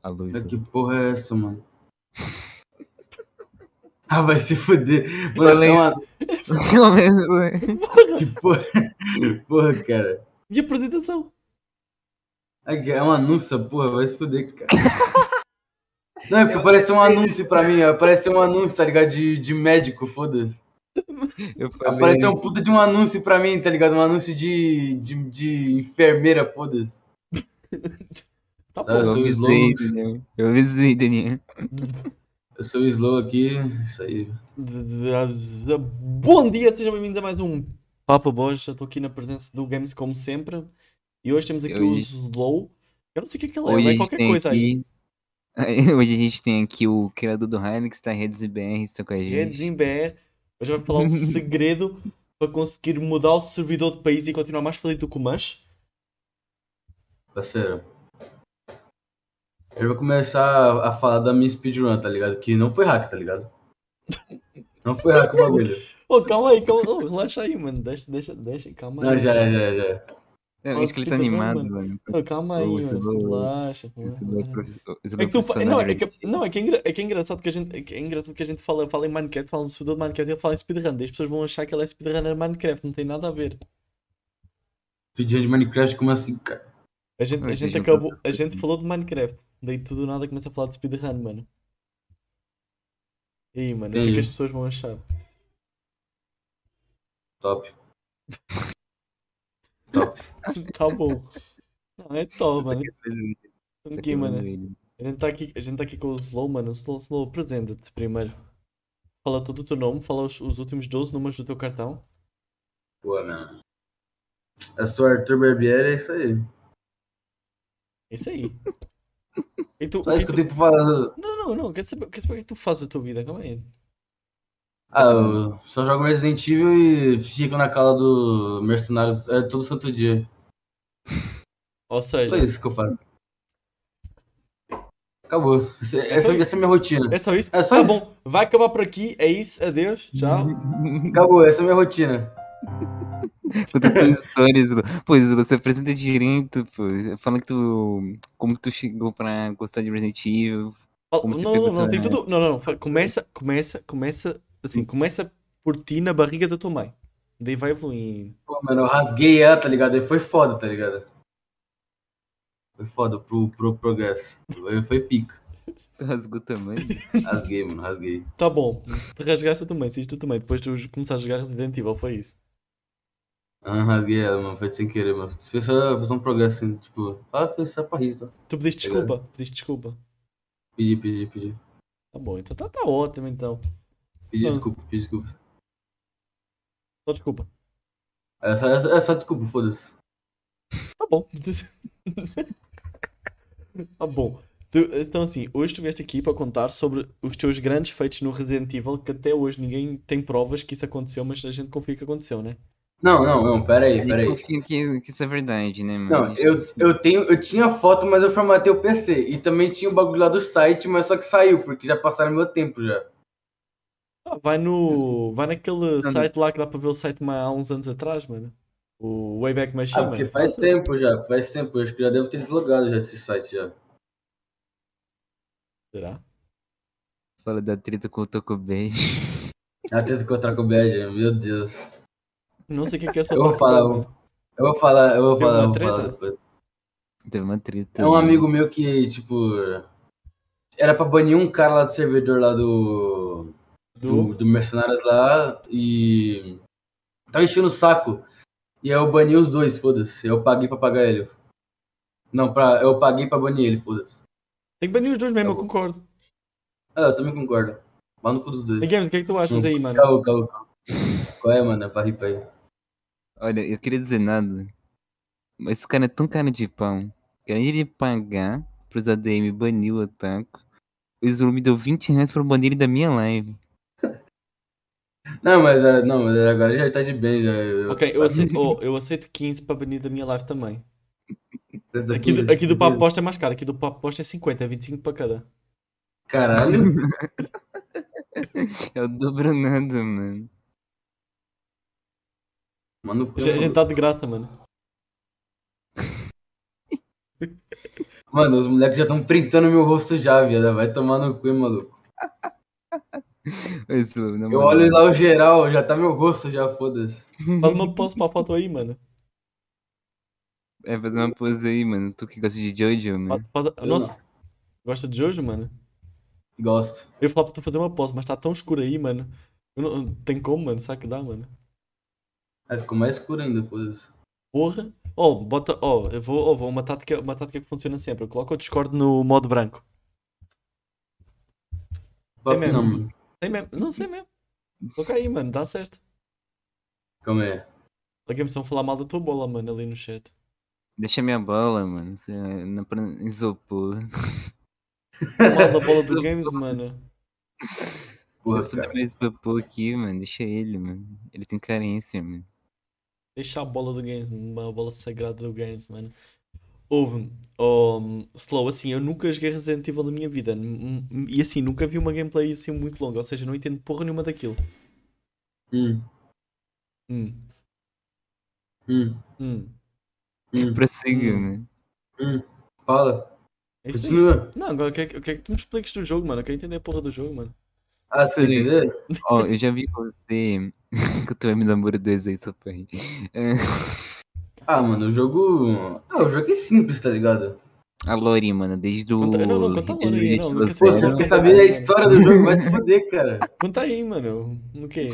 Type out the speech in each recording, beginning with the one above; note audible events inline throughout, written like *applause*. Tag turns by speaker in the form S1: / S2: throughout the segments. S1: A luz.
S2: Que porra é essa, mano? *laughs* Ah, vai se fuder. Mano,
S1: Além-
S2: uma... que porra. é- *laughs* porra, cara.
S3: De apresentação.
S2: Aqui, É um anúncio, essa porra, vai se fuder, cara. Não, é porque apareceu um anúncio pra mim, apareceu um anúncio, tá ligado? De, de médico, foda-se.
S1: *laughs* Eu falei,
S2: Apareceu um puta de um anúncio pra mim, tá ligado? Um anúncio de, de, de enfermeira, foda-se.
S3: Tá
S2: Ah,
S3: bom.
S2: eu
S1: eu
S2: sou
S1: avisei,
S2: slow.
S1: Daniel. Eu avisei, Daniel.
S2: Eu sou o Slow aqui, isso aí.
S3: *laughs* Bom dia, sejam bem-vindos a mais um Papo Bosch. Eu Estou aqui na presença do Games como sempre. E hoje temos aqui
S1: Eu
S3: o
S1: ia-
S3: Slow. Eu não sei o que é que ele é,
S1: Hoje a
S3: vai
S1: gente
S3: qualquer
S1: tem
S3: coisa aí.
S1: aqui. Hoje a gente tem aqui *laughs* o criador do Heineken, que tá Redes e BR, está com a
S3: É
S1: gente.
S3: Jim BR. Hoje vai
S2: *laughs*
S3: falar um segredo para conseguir mudar o servidor de país e continuar mais feliz do que o Manche.
S2: Parceiro. Ele vai começar a falar da minha speedrun, tá ligado? Que não foi hack, tá ligado? Não foi hack o bagulho.
S3: Oh, calma aí, calma oh, relaxa aí, mano. Deixa, deixa, deixa, calma
S2: Não,
S3: aí.
S2: já é, já é, já é.
S1: Não, acho que ele tá
S3: Fica
S1: animado,
S3: tranquilo,
S1: mano.
S3: Oh, calma aí,
S1: Oh,
S3: mano.
S1: Slow.
S3: Relaxa,
S1: Esse
S3: relaxa.
S1: é o profe- esse é
S3: É
S1: o
S3: que tu, fa- não, é
S1: profissional.
S3: que, não, é que é engra- é que é engraçado que a gente, é que é engraçado que a gente fala, fala em Minecraft, fala no servidor de Minecraft e ele fala em speedrun. Daí as pessoas vão achar que ele é speedrunner de Minecraft, não tem nada a ver.
S2: Speedrun de Minecraft, como assim, cara?
S3: A gente,
S1: Não,
S3: a
S1: isso
S3: gente
S1: aí já
S3: acabou,
S1: acontece
S3: a gente
S1: comigo.
S3: falou de Minecraft, daí tu do nada começa a falar de speedrun, mano. E aí, mano, o que é que
S2: Entendi.
S3: as pessoas vão achar? *laughs*
S2: Top.
S3: Tá bom. Não, é top, mano.
S1: Tá
S3: Aqui,
S1: queimando
S3: mano.
S1: ele.
S3: A gente tá aqui, a gente tá aqui com o Slow, mano. O Slow, Slow, apresenta-te primeiro. Fala todo o teu nome, fala os, os últimos 12 números do teu cartão.
S2: Pô, mano. Eu sou Arthur Barbieri, é isso aí.
S3: É isso aí. E tu,
S2: Só isso
S3: e
S2: que eu
S3: tu-
S2: tenho pra falar.
S3: Não, não, não. Quer saber, quer saber o que tu faz da tua vida? Calma aí.
S2: Ah, eu só jogo Resident Evil e fico na cala do Mercenários é, todo santo dia.
S3: Ou
S2: Só
S3: seja,
S2: isso que eu faço. Acabou. Essa, essa- essa é a minha rotina.
S3: é só isso?
S2: É só
S3: tá
S2: isso.
S3: bom. Vai acabar por aqui. É isso. Adeus. Tchau.
S1: Uhum.
S2: Acabou, essa é a minha rotina.
S1: *laughs* Conta tuas histórias, Lu. Pô, Lu, você apresenta direito, pô. Fala que tu. Como que tu chegou pra gostar de Resident Evil. *laughs*
S3: Fala-
S1: Como se
S3: não, não, não.
S1: pensa,
S3: Tem
S1: né?
S3: tudo. Não, não, não. Fala- Começa, começa, começa. Assim, começa por ti na barriga da tua mãe. Daí vai evoluindo.
S2: Pô, mano, eu rasguei ela, tá ligado? Aí foi foda, tá ligado? Foi foda pro, pro progresso. Aí Foi pica.
S1: Tu rasgou também.
S2: Rasguei, mano, rasguei.
S3: Tá bom. Te rasgaste a tua mãe. Se isto também. Depois tu começaste a jogar Resident Evil. Foi isso.
S2: Ah, rasguei ela, mano. Foi sem querer, mano. Fiz só, fiz só um progresso assim, tipo. Ah, foi só pra rir, só.
S3: Tu pediste
S2: Obrigado.
S3: desculpa. Pediste desculpa.
S2: Pedi, pedi, pedi.
S3: Tá bom. Então tá, tá ótimo, então.
S2: Pedi
S3: Ah.
S2: desculpa, pedi desculpa.
S3: Só desculpa.
S2: É só, é só- é só desculpa, foda-se.
S3: Tá bom. *laughs* Tá bom. Tu- então, assim, hoje estiveste aqui para contar sobre os teus grandes feitos no Resident Evil, que até hoje ninguém tem provas que isso aconteceu, mas a gente confia que aconteceu, né?
S2: Não, não, não, pera aí,
S1: A
S2: pera
S1: gente
S2: aí.
S1: confia que, que isso é verdade, né, mano? A
S2: Não,
S1: gente
S2: eu, eu, tenho, eu tinha foto, mas eu formatei o PC. E também tinha o bagulho lá do site, mas só que saiu, porque já passaram meu tempo já.
S3: Ah, vai no. Vai naquele
S1: não.
S3: site lá que dá para ver o site ma- há uns anos atrás, mano. O Wayback Machine,
S2: Ah, porque
S3: mano.
S2: faz tempo já, faz tempo. Acho que já devo ter deslogado já esse site já.
S3: Será?
S1: Fala da treta com o Tocobay.
S2: Até encontrar com o BG, meu Deus.
S3: Não sei o que é que é só
S2: Eu vou
S3: trocar,
S2: falar,
S3: mano.
S2: Eu vou falar, eu vou
S3: Tem
S2: falar, eu
S3: uma
S2: vou falar
S3: treta?
S2: depois.
S1: *laughs* Teve uma treta.
S2: É um
S1: né?
S2: amigo meu que, tipo. Era pra banir um cara lá do servidor lá do. do,
S3: Do...
S2: do Mercenários lá e. Tava enchendo o saco. E aí eu bani os dois, foda-se. Eu paguei pra pagar ele. Não, pra, eu paguei pra banir ele, foda-se.
S3: Tem que banir os dois mesmo,
S2: Tá
S3: eu
S2: bom.
S3: concordo.
S2: Ah, eu também concordo. Lá no cu dos
S3: E
S2: dois.
S3: Games, o que é que tu achas
S2: Hum.
S3: aí, mano?
S2: Caô, caô, caô. Qual é, mano? É pra rir, pra rir.
S1: Olha, eu queria dizer nada. Mas esse cara é tão cara de pau. Que além de ele pagar pros ADM banir o ataco, o Zulu me deu 20 reais pra banir ele da minha live. *laughs*
S2: Não, mas, ah, não, mas agora já tá de bem, já. Eu,
S3: Ok, eu aceito, oh, eu aceito 15 para banir da minha live também.
S2: Esse daqui-
S3: Aqui do,
S2: esse
S3: aqui do
S2: daqui-
S3: Papo Posta é mais caro, aqui do Papo Posta é 50, é 25 para cada.
S2: Caralho.
S3: *laughs*
S1: Eu dobro nada, mano.
S2: Mano,
S3: A gente, a gente tá de graça, mano.
S2: Mano, os moleques já estão printando meu rosto já, viado. Vai tomar no cu, hein, maluco.
S1: Esse, na
S2: Eu
S1: moral.
S2: olho lá o geral, já tá meu rosto já, foda-se.
S3: Faz uma pose pra foto aí, mano.
S1: É, fazer uma pose aí, mano. Tu que gosta de Jojo,
S3: Faz,
S1: mano.
S3: faz a-
S2: Hum. Eu
S3: Nossa, gosta de Jojo, mano?
S2: Gosto.
S3: Eu ia falar pra tu fazer uma pose, mas tá tão escuro aí, mano. Eu não... Tem como, mano? Será que dá, mano?
S2: Aí ficou mais escuro ainda, foda-se.
S3: Porra. Oh, bota. Oh, eu vou. Oh, vou- uma tática, uma tática que funciona sempre. Eu coloco o Discord no modo branco.
S2: Papo
S3: É mesmo?
S2: não, mano.
S3: Sei mesmo. Não sei mesmo. Coloca aí, mano. Dá certo.
S2: Calma aí.
S3: Alguém me a falar mal da tua bola, mano, ali no chat.
S1: Deixa minha bola, mano. Você- Na... pra- Isopor. *laughs*
S3: Mal da
S2: *laughs*
S3: bola do games, mano.
S1: Vou
S2: Porra,
S1: foder
S2: cara.
S1: meu é isopor aqui, mano. Deixa ele, mano. Ele tem carência, mano.
S3: Deixa a bola do Games, mano, a bola sagrada do Games, mano. Houve, oh, Slow, assim, eu nunca joguei Resident Evil na minha vida. N- n- E assim, nunca vi uma gameplay assim muito longa, ou seja, não entendo porra nenhuma daquilo.
S2: Hum,
S3: Hum,
S2: hum,
S3: hum.
S2: hum.
S1: Prossiga,
S3: Hum.
S1: mano.
S2: Fala.
S3: É isso aí.
S2: Continua.
S3: Não, agora o que, é que- o que é que tu me expliques do jogo, mano? Eu quero entender a porra do jogo, mano.
S2: Ah, você
S1: Sim.
S2: entendeu?
S1: Ó, eu já vi você. *laughs* que tu vai me dar muro 2 aí, só pra rir.
S2: Ah, mano, o jogo. Ah, o jogo é simples, tá ligado?
S1: A Lori, mano, desde o.
S3: Conta- não, não, conta a Lori aí, não, não quero
S2: Pô,
S1: Zero.
S2: vocês querem
S3: Sério?
S2: saber a história do jogo? Vai se fuder, cara.
S3: Conta tá aí, mano. O quê?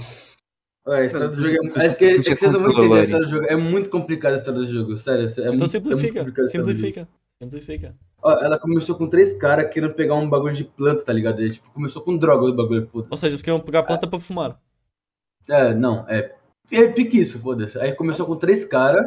S2: Ué, a história do
S1: Não,
S2: jogo é.
S1: tu já-
S2: Acho que, é
S1: tu já
S2: que vocês não vão
S1: contou,
S2: entender a
S1: Lore.
S2: história do jogo. É muito complicada a história do jogo, sério. É muito, é
S3: Então
S2: muito
S3: simplifica,
S2: complicada a história do jogo.
S3: simplifica, simplifica.
S2: Ó, ela começou com três caras querendo pegar um bagulho de planta, tá ligado? E, tipo, começou com droga o bagulho, foda-se.
S3: Ou seja, eles queriam pegar a planta para fumar.
S2: É, não, é. É pique isso, foda-se. Aí começou com três caras.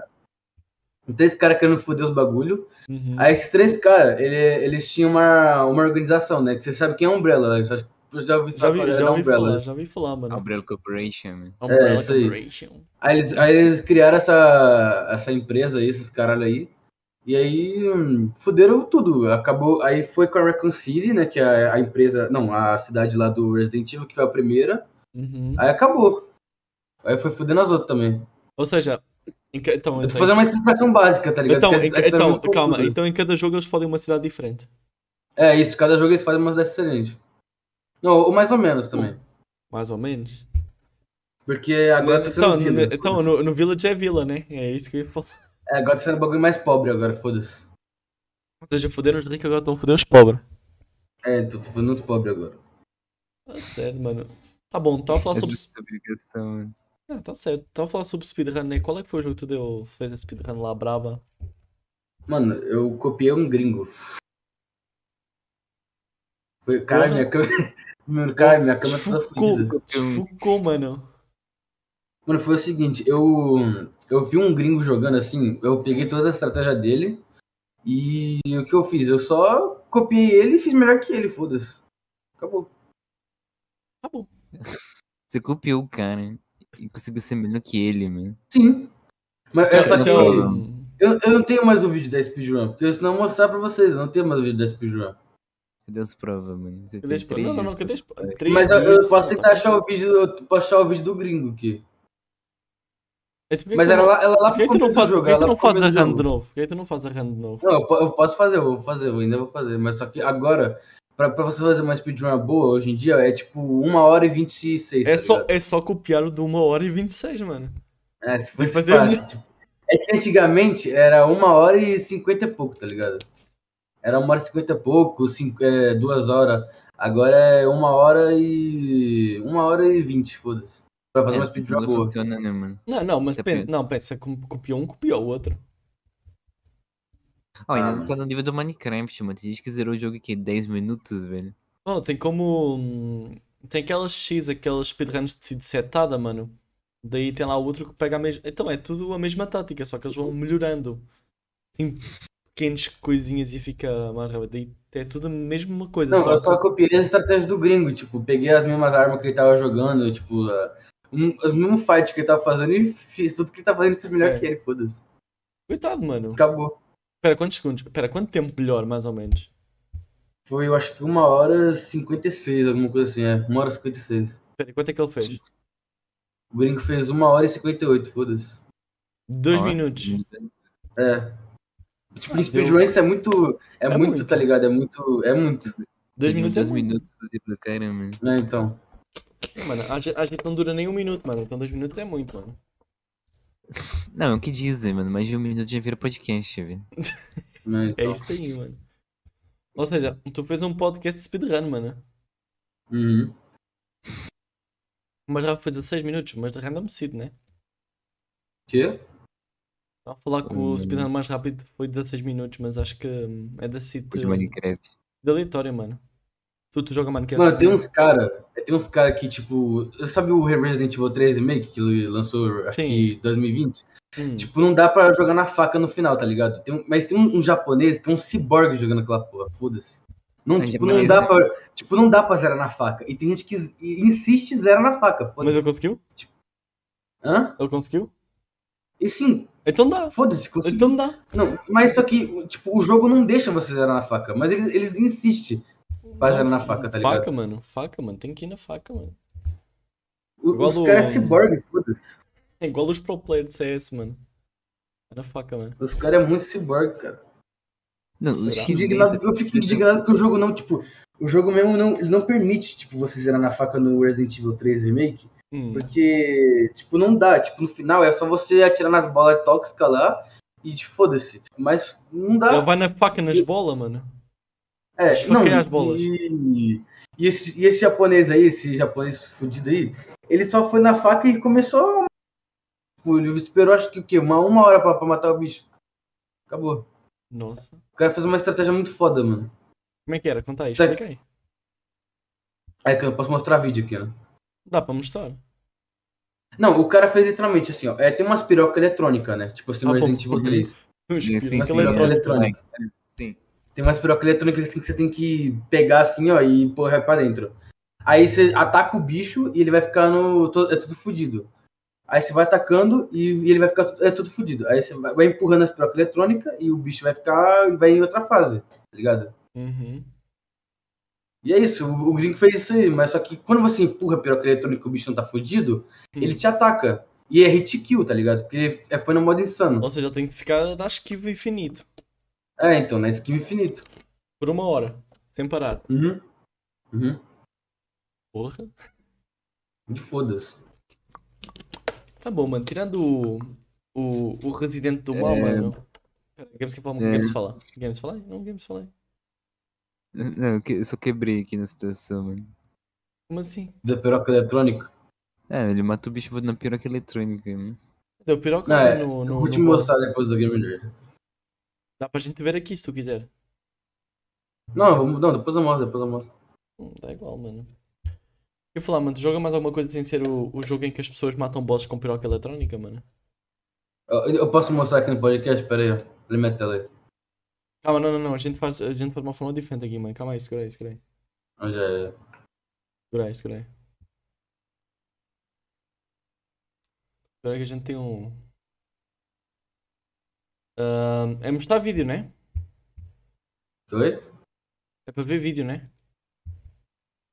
S2: Três caras querendo foder os bagulho.
S3: Uhum.
S2: Aí esses três caras, ele, eles tinham uma, uma organização, né? Que você sabe quem é Umbrella, né? Você- Eu já ouvi
S3: Já
S2: falar
S3: vi,
S2: da
S3: já ouvi
S2: Umbrella. né? É,
S3: falar, já ouvi falar,
S1: A
S3: mano.
S1: Umbrella Corporation, mano.
S3: Umbrella
S2: isso aí.
S3: Corporation.
S2: Aí eles, aí eles criaram essa, essa empresa aí, esses caralho aí. E aí hum, fuderam tudo. Acabou. Aí foi com a Raccoon City, né? Que é a empresa. Não, a cidade lá do Resident Evil, que foi a primeira.
S3: Uhum.
S2: Aí acabou. Aí foi fudendo as outras também.
S3: Ou seja, em ca- então,
S2: Eu tô
S3: então,
S2: fazendo uma explicação básica, tá ligado?
S3: então,
S2: Porque
S3: em ca-
S2: essa- essa é
S3: então,
S2: muito
S3: calma,
S2: confusa.
S3: então em cada jogo eles fodem uma cidade diferente.
S2: É isso, cada jogo eles fazem umas dessas diferentes. Não, ou mais ou menos também.
S3: Mais ou menos.
S2: Porque agora tá sendo
S3: então,
S2: vila.
S3: no, então, no, no Village é vila, né? É isso que eu ia falar.
S2: É, agora tá sendo um bagulho mais pobre agora, foda-se.
S3: Ou seja, foderam os ricos, agora estão a foder os pobres.
S2: É, tô, tô falando dos pobres agora.
S3: Tá certo, mano. Tá bom,
S2: É
S3: estava a falar
S1: Essa
S3: sobre.
S1: obrigação, mano.
S3: Ah, tá certo. Estava a falar sobre speedrun, né? Qual é que foi o jogo que tu deu? Fez a speedrun lá brava?
S2: Mano, eu copiei um gringo. Foi- Caralho, minha câmera. *laughs* Mano, caralho, minha câmera tá
S3: Desfocou,
S2: fodida.
S3: desfocou, mano.
S2: Mano, foi o seguinte, eu. Eu vi um gringo jogando assim, eu peguei toda a estratégia dele. E o que eu fiz? Eu só copiei ele e fiz melhor que ele, foda-se. Acabou.
S3: Tá bom.
S1: Você copiou o cara e conseguiu ser melhor que ele, mano.
S2: Sim. Mas é só
S3: Isso
S2: que.
S3: é
S2: Eu,
S3: um-
S2: eu não tenho mais o vídeo da speedrun, porque senão eu vou mostrar pra vocês, eu não tenho mais o vídeo da speedrun.
S1: Cadê as provas, mano? Você tem
S3: cadê as-
S1: três
S3: Não, não,
S1: dias
S3: não,
S1: pra-
S3: cadê as- três
S2: É. Mas eu, eu
S3: dias,
S2: posso
S3: não, tá
S2: tentar
S3: certo.
S2: achar o vídeo. Eu posso achar o vídeo do gringo aqui.
S3: É tipo, por que
S2: Mas
S3: que tu
S2: era
S3: não-
S2: lá, ela lá
S3: Por que
S2: pro
S3: que tu não
S2: começo
S3: faz,
S2: do jogo.
S3: por que que tu
S2: ela
S3: não
S2: pro
S3: faz a
S2: começo do
S3: run de
S2: jogo.
S3: novo? Por que que tu não faz a run de novo?
S2: Não, eu, po- eu posso fazer, eu vou fazer, eu ainda vou fazer. Mas só que agora, pra, pra você fazer uma speedrun boa hoje em dia, é tipo 1 hora e 26,
S3: É
S2: tá
S3: só,
S2: ligado?
S3: é só copiar o de 1 hora e 26, mano.
S2: É, se fosse
S3: fazer um-
S2: fácil, tipo... É que antigamente era 1 hora e 50 e pouco, tá ligado? Era 1 hora e 50 e pouco, 5, é, 2 horas. Agora é 1 hora e... 1 hora e 20, foda-se. Pra fazer
S1: É,
S2: uma
S1: essa
S2: speedrun
S1: não
S2: boa.
S1: funciona, né, mano?
S3: Não, não, mas
S1: É
S3: pensa,
S1: porque-
S3: não, pensa, como copiou um, copiou o outro.
S1: Ó, ainda
S2: Ah,
S1: não tá no nível do Minecraft, mano. Tem gente que zerou o jogo aqui 10 minutos, velho.
S3: Não, tem como. hum, Tem aquelas X, aquelas speedruns de seed setada, mano. Daí tem lá o outro que pega a mesma. Então é tudo a mesma tática, só que eles vão melhorando. Assim, pequenas coisinhas e fica mais rápido. Daí é tudo a mesma coisa.
S2: Não,
S3: só
S2: eu só
S3: que-
S2: copiei as estratégias do gringo, tipo, peguei as mesmas armas que ele tava jogando, tipo, a- um, os mesmos fights que ele tava fazendo e fiz tudo que ele tava fazendo foi melhor
S3: É.
S2: que ele, foda-se.
S3: Coitado, mano.
S2: Acabou.
S3: Espera, quantos segundos? Espera, quanto tempo melhor, mais ou menos?
S2: Foi, eu acho que 1 hora e 56, alguma coisa assim, é. 1 hora e 56.
S3: Espera, quanto é que ele fez?
S2: O gringo fez 1 hora e 58, foda-se.
S3: Dois
S1: Ó,
S3: minutos.
S2: É. Tipo, em Speed Race é muito. É,
S3: Ah, É
S2: muito,
S3: muito.
S2: tá ligado? É muito. É muito.
S3: Dois minutos é
S1: Dois
S3: muito.
S1: minutos de pra caramba.
S2: Né, então.
S3: Não, Mano, às às vezes não dura nem um minuto, mano. Então dois minutos é muito, mano.
S1: Não, é o que dizem, mano. Mais de um minuto já vira podcast, velho.
S2: Né,
S3: É
S2: então.
S3: isso aí, mano. Ou seja, tu fez um podcast de speedrun, mano.
S2: Uhum.
S3: Mas já foi 16 minutos, mas de random seed, né?
S2: Quê?
S3: Estava a falar que o
S1: Hum.
S3: speedrun mais rápido foi 16 minutos, mas acho que hum, é da seed
S1: De Minecraft.
S3: de aleatória, mano. Tu, tu joga é Minecraft?
S2: Mano, tem um
S3: não?
S2: uns cara, tem uns cara que, tipo, sabe o Resident Evil 3 Remake que lançou aqui em 2020?
S3: Hum.
S2: Tipo, não dá pra jogar na faca no final, tá ligado? Tem um- mas tem um, um japonês, tem um ciborgue jogando aquela porra, foda-se. Não,
S1: É
S2: tipo, não
S1: japonês,
S2: dá
S1: né?
S2: pra, tipo, não dá pra zerar na faca. E tem gente que z- e insiste em zerar na faca,
S3: Mas
S2: foda-se.
S3: ele conseguiu?
S2: Hã?
S3: Ele conseguiu?
S2: E sim,
S3: Então dá.
S2: foda-se, consegui.
S3: Então dá.
S2: Não, mas só que, tipo, o jogo não deixa você zerar na faca, mas eles, eles insistem pra zerar na faca, tá ligado?
S3: Faca, mano. Faca, mano. Tem que ir na faca, mano.
S2: O-
S3: Igual
S2: Os
S3: do-
S2: caras é ciborgue, foda-se.
S3: É igual os pro players de CS, mano. É na faca, mano.
S2: Os caras é muito ciborgue, cara.
S1: Não, o
S3: Será?
S1: X.
S2: indignado, eu fico indignado que o jogo não, tipo, o jogo mesmo não, ele não permite, tipo, você zerar na faca no Resident Evil 3 Remake,
S3: Hum.
S2: porque, tipo, não dá, tipo, no final é só você atirar nas bolas tóxicas lá e te foda-se, tipo, mas não
S3: Ele
S2: dá.
S3: vai na faca nas bolas, mano.
S2: É, não,
S3: esfaqueia as bolas.
S2: E, e esse, e esse japonês aí, esse japonês fudido aí, ele só foi na faca e começou a... Tipo, ele esperou, acho que o quê? Uma, uma hora pra, pra matar o bicho. Acabou.
S3: Nossa.
S2: O cara fez uma estratégia muito foda, mano.
S3: Como é que era? Conta aí,
S2: Certo.
S3: explica aí.
S2: Aí, que eu posso mostrar vídeo aqui, ó.
S3: Dá pra mostrar.
S2: Não, o cara fez literalmente assim, ó. É, tem umas pirocas eletrônicas, né? Tipo assim, no
S3: Ah, bom.
S2: Resident Evil 3.
S1: Sim, sim,
S2: Umas
S1: sim.
S3: é
S2: pirocas
S1: eletrônica.
S2: eletrônicas.
S1: Sim.
S2: Tem umas pirocas eletrônicas assim que você tem que pegar assim, ó, e porra pra dentro. Aí você ataca o bicho e ele vai ficar no. to- É tudo fudido. Aí você vai atacando e e ele vai ficar. tu- É tudo fudido. Aí você vai vai empurrando as pirocas eletrônicas e o bicho vai ficar. Vai em outra fase, tá ligado?
S3: Uhum.
S2: E é isso, o, o gringo fez isso aí, mas só que quando você empurra a piroca eletrônica e o bicho não tá fudido,
S3: Hum.
S2: ele te ataca. E é hit kill, tá ligado? Porque é, foi no modo insano.
S3: Ou seja, tem que ficar da esquiva infinito.
S2: É, então, na skill infinito.
S3: Por uma hora. Sem parar.
S2: Uhum. Uhum.
S3: Porra.
S2: De foda-se.
S3: Tá bom, mano. Tirando o, o, o residente do mal,
S1: É.
S3: mano. Pera, Games que fala.
S1: É.
S3: Games fala. Games fala? aí? Não, Games fala. aí.
S1: Não, eu que- eu só quebrei aqui na situação, mano.
S3: Como assim?
S2: Da piroca eletrônica.
S1: É, ele mata o bicho na piroca eletrônica, né?
S3: Deu piroca
S2: Não, é,
S3: no,
S2: Eu
S3: no,
S2: vou te
S3: no boss?
S2: mostrar depois do Game Nerd.
S3: Dá pra gente ver aqui se tu quiser.
S2: Não, eu vou- não, depois eu mostro, depois eu mostro.
S3: Hum, dá igual, mano. Eu ia falar, mano, tu joga mais alguma coisa sem ser o, o jogo em que as pessoas matam bosses com piroca eletrónica, mano?
S2: Eu, eu posso mostrar aqui no podcast? Pera aí, ó. Olha minha tela aí.
S3: Calma, não, não, não. A gente faz, a gente faz de uma forma diferente aqui, mano. Calma aí, segura aí, segura aí.
S2: Ah, Já é.
S3: Segura aí, segura aí. Espera aí que a gente tem um. Ahm, é mostrar vídeo, né?
S2: Oi?
S3: É para ver vídeo, né?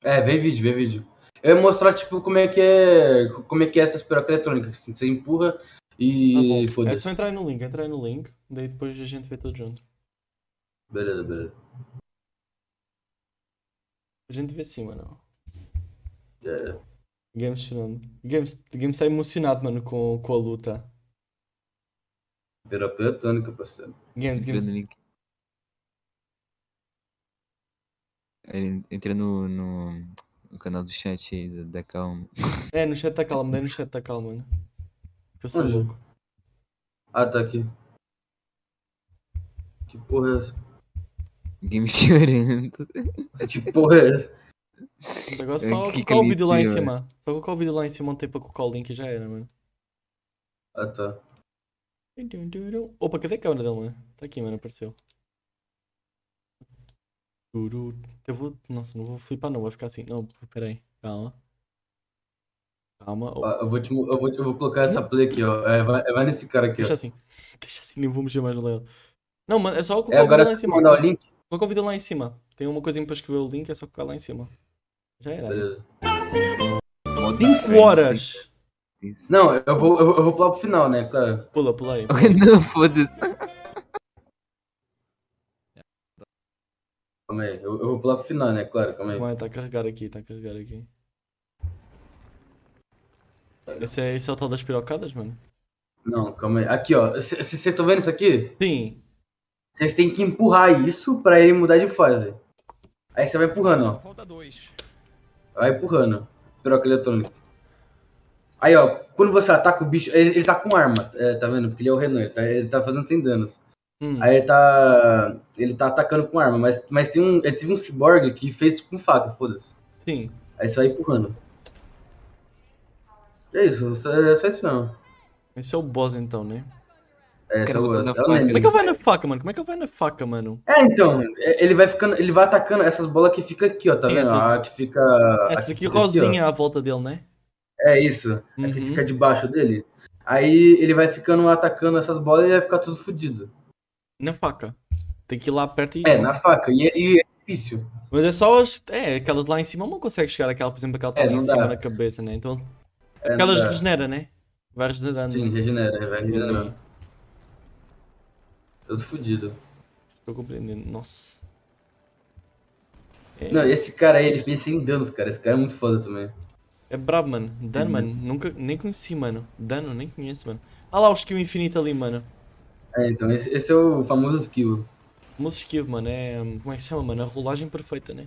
S2: É, vem vídeo, vem vídeo. Eu ia mostrar, tipo, como é que é. Como é que é essas pirocas eletrônicas. Assim, você empurra
S3: Tá
S2: e.
S3: bom. É
S2: foda-se.
S3: só entrar aí no link, entrar aí no link, daí depois a gente vê tudo junto.
S2: Beleza, beleza.
S3: A gente vê sim, mano.
S2: Já é.
S3: Games chorando. Games, Games está emocionado, mano, com, com a luta.
S2: Piroca eletrônica, parceiro.
S3: Games,
S1: Entra
S3: Games.
S1: no link. Ele entra no, no, no canal do chat aí da, da Calma.
S3: É, no chat tá calmo, daí no chat tá calmo, mano. Que eu sou
S2: Olha.
S3: louco.
S2: Ah, tá aqui. Que porra é essa?
S1: Game chorando.
S2: Que porra é essa?
S3: Agora
S1: É,
S3: só
S1: clica
S3: colocar o
S1: ali em
S3: vídeo lá em
S1: cima.
S3: cima. Só colocar o vídeo lá em cima, não tem para colocar o link e já era, mano.
S2: Ah, tá.
S3: Opa, cadê a câmera dele, mano? Tá aqui, mano, apareceu. Turu. Eu vou. Nossa, não vou flipar, não, vai ficar assim. Não, peraí, calma. Calma. Oh,
S2: Ah, eu, vou te, mo- eu, vou, te- eu vou colocar essa play aqui, ó. É, vai, é, vai nesse cara aqui, ó.
S3: deixa assim. *laughs* Deixa assim, nem vou mexer mais no layout. Não, mano, é só colocar
S2: É,
S3: o vídeo
S2: agora
S3: lá
S2: se
S3: em
S2: eu
S3: cima.
S2: mandar o link,
S3: Coloca o vídeo lá em cima. Tem uma coisinha para escrever o link, é só colocar lá em cima. Já era.
S2: beleza.
S1: Modo
S3: 5 horas!
S2: Não,
S1: *laughs*
S2: eu vou, eu, vou- eu vou pular pro final, né, claro.
S3: Pula, pula aí.
S1: Não, foda-se.
S2: Calma aí, eu, eu vou pular pro final, né? Claro, calma aí.
S3: Vai, está a carregar aqui, está a carregar aqui. Esse é, esse é o tal das pirocadas, mano?
S2: Não, calma aí. Aqui, ó. C- c- Vocês estão vendo isso aqui?
S3: Sim.
S2: Vocês têm que empurrar isso pra ele mudar de fase. Aí você vai empurrando, ó.
S4: Só falta dois.
S2: Vai empurrando. Piroca eletrônica. Aí, ó. Quando você ataca o bicho, ele, ele tá com arma, é, tá vendo? Porque ele é o Renan, ele tá, ele tá fazendo sem danos.
S3: Hum.
S2: Aí ele tá. Ele tá atacando com arma, mas, mas tem um. Ele teve um ciborgue que fez com faca, foda-se.
S3: Sim.
S2: Aí você vai empurrando. É isso, é só isso mesmo.
S3: Esse é o boss então, né?
S2: É,
S1: Quero
S2: só o-
S1: botar na
S2: é o
S1: faca.
S2: Nemesis.
S3: Como é que ele vai na faca, mano? Como é que ele vai na faca, mano?
S2: É, então, é, ele vai ficando, ele vai atacando essas bolas que fica aqui, ó, tá
S3: Sim,
S2: vendo?
S3: essas-
S2: A que fica. a
S3: Essa
S2: que
S3: aqui
S2: fica ó.
S3: rosinha à volta dele, né?
S2: É isso. A que
S3: Uhum.
S2: fica debaixo dele. Aí ele vai ficando atacando essas bolas e vai ficar tudo fodido.
S3: Na faca. Tem que ir lá perto e.
S2: É, na faca. E, é- e é difícil.
S3: Mas é só as. É, aquelas lá em cima não consegue chegar aquela, por exemplo, aquela que
S2: É,
S3: tá lá em
S2: não dá.
S3: cima na cabeça, né? Então.
S2: É, não
S3: Aquelas
S2: dá.
S3: regenera, né? Vai regenerando.
S2: Sim, regenera, vai regenerando.
S3: Estou
S2: Tudo fodido.
S3: compreendendo. Nossa.
S2: Não, esse cara aí, ele fez sem danos, cara. Esse cara é muito foda também.
S3: É brabo, mano.
S2: Uhum.
S3: Dano, mano. Nunca, nem conheci, mano. Dano, nem conheço, mano. Ah lá o skill infinito ali, mano.
S2: É, então, esse, esse é o famoso skill.
S3: O famoso skill, mano, é. hum, Como é que se chama, mano? A rolagem perfeita, né?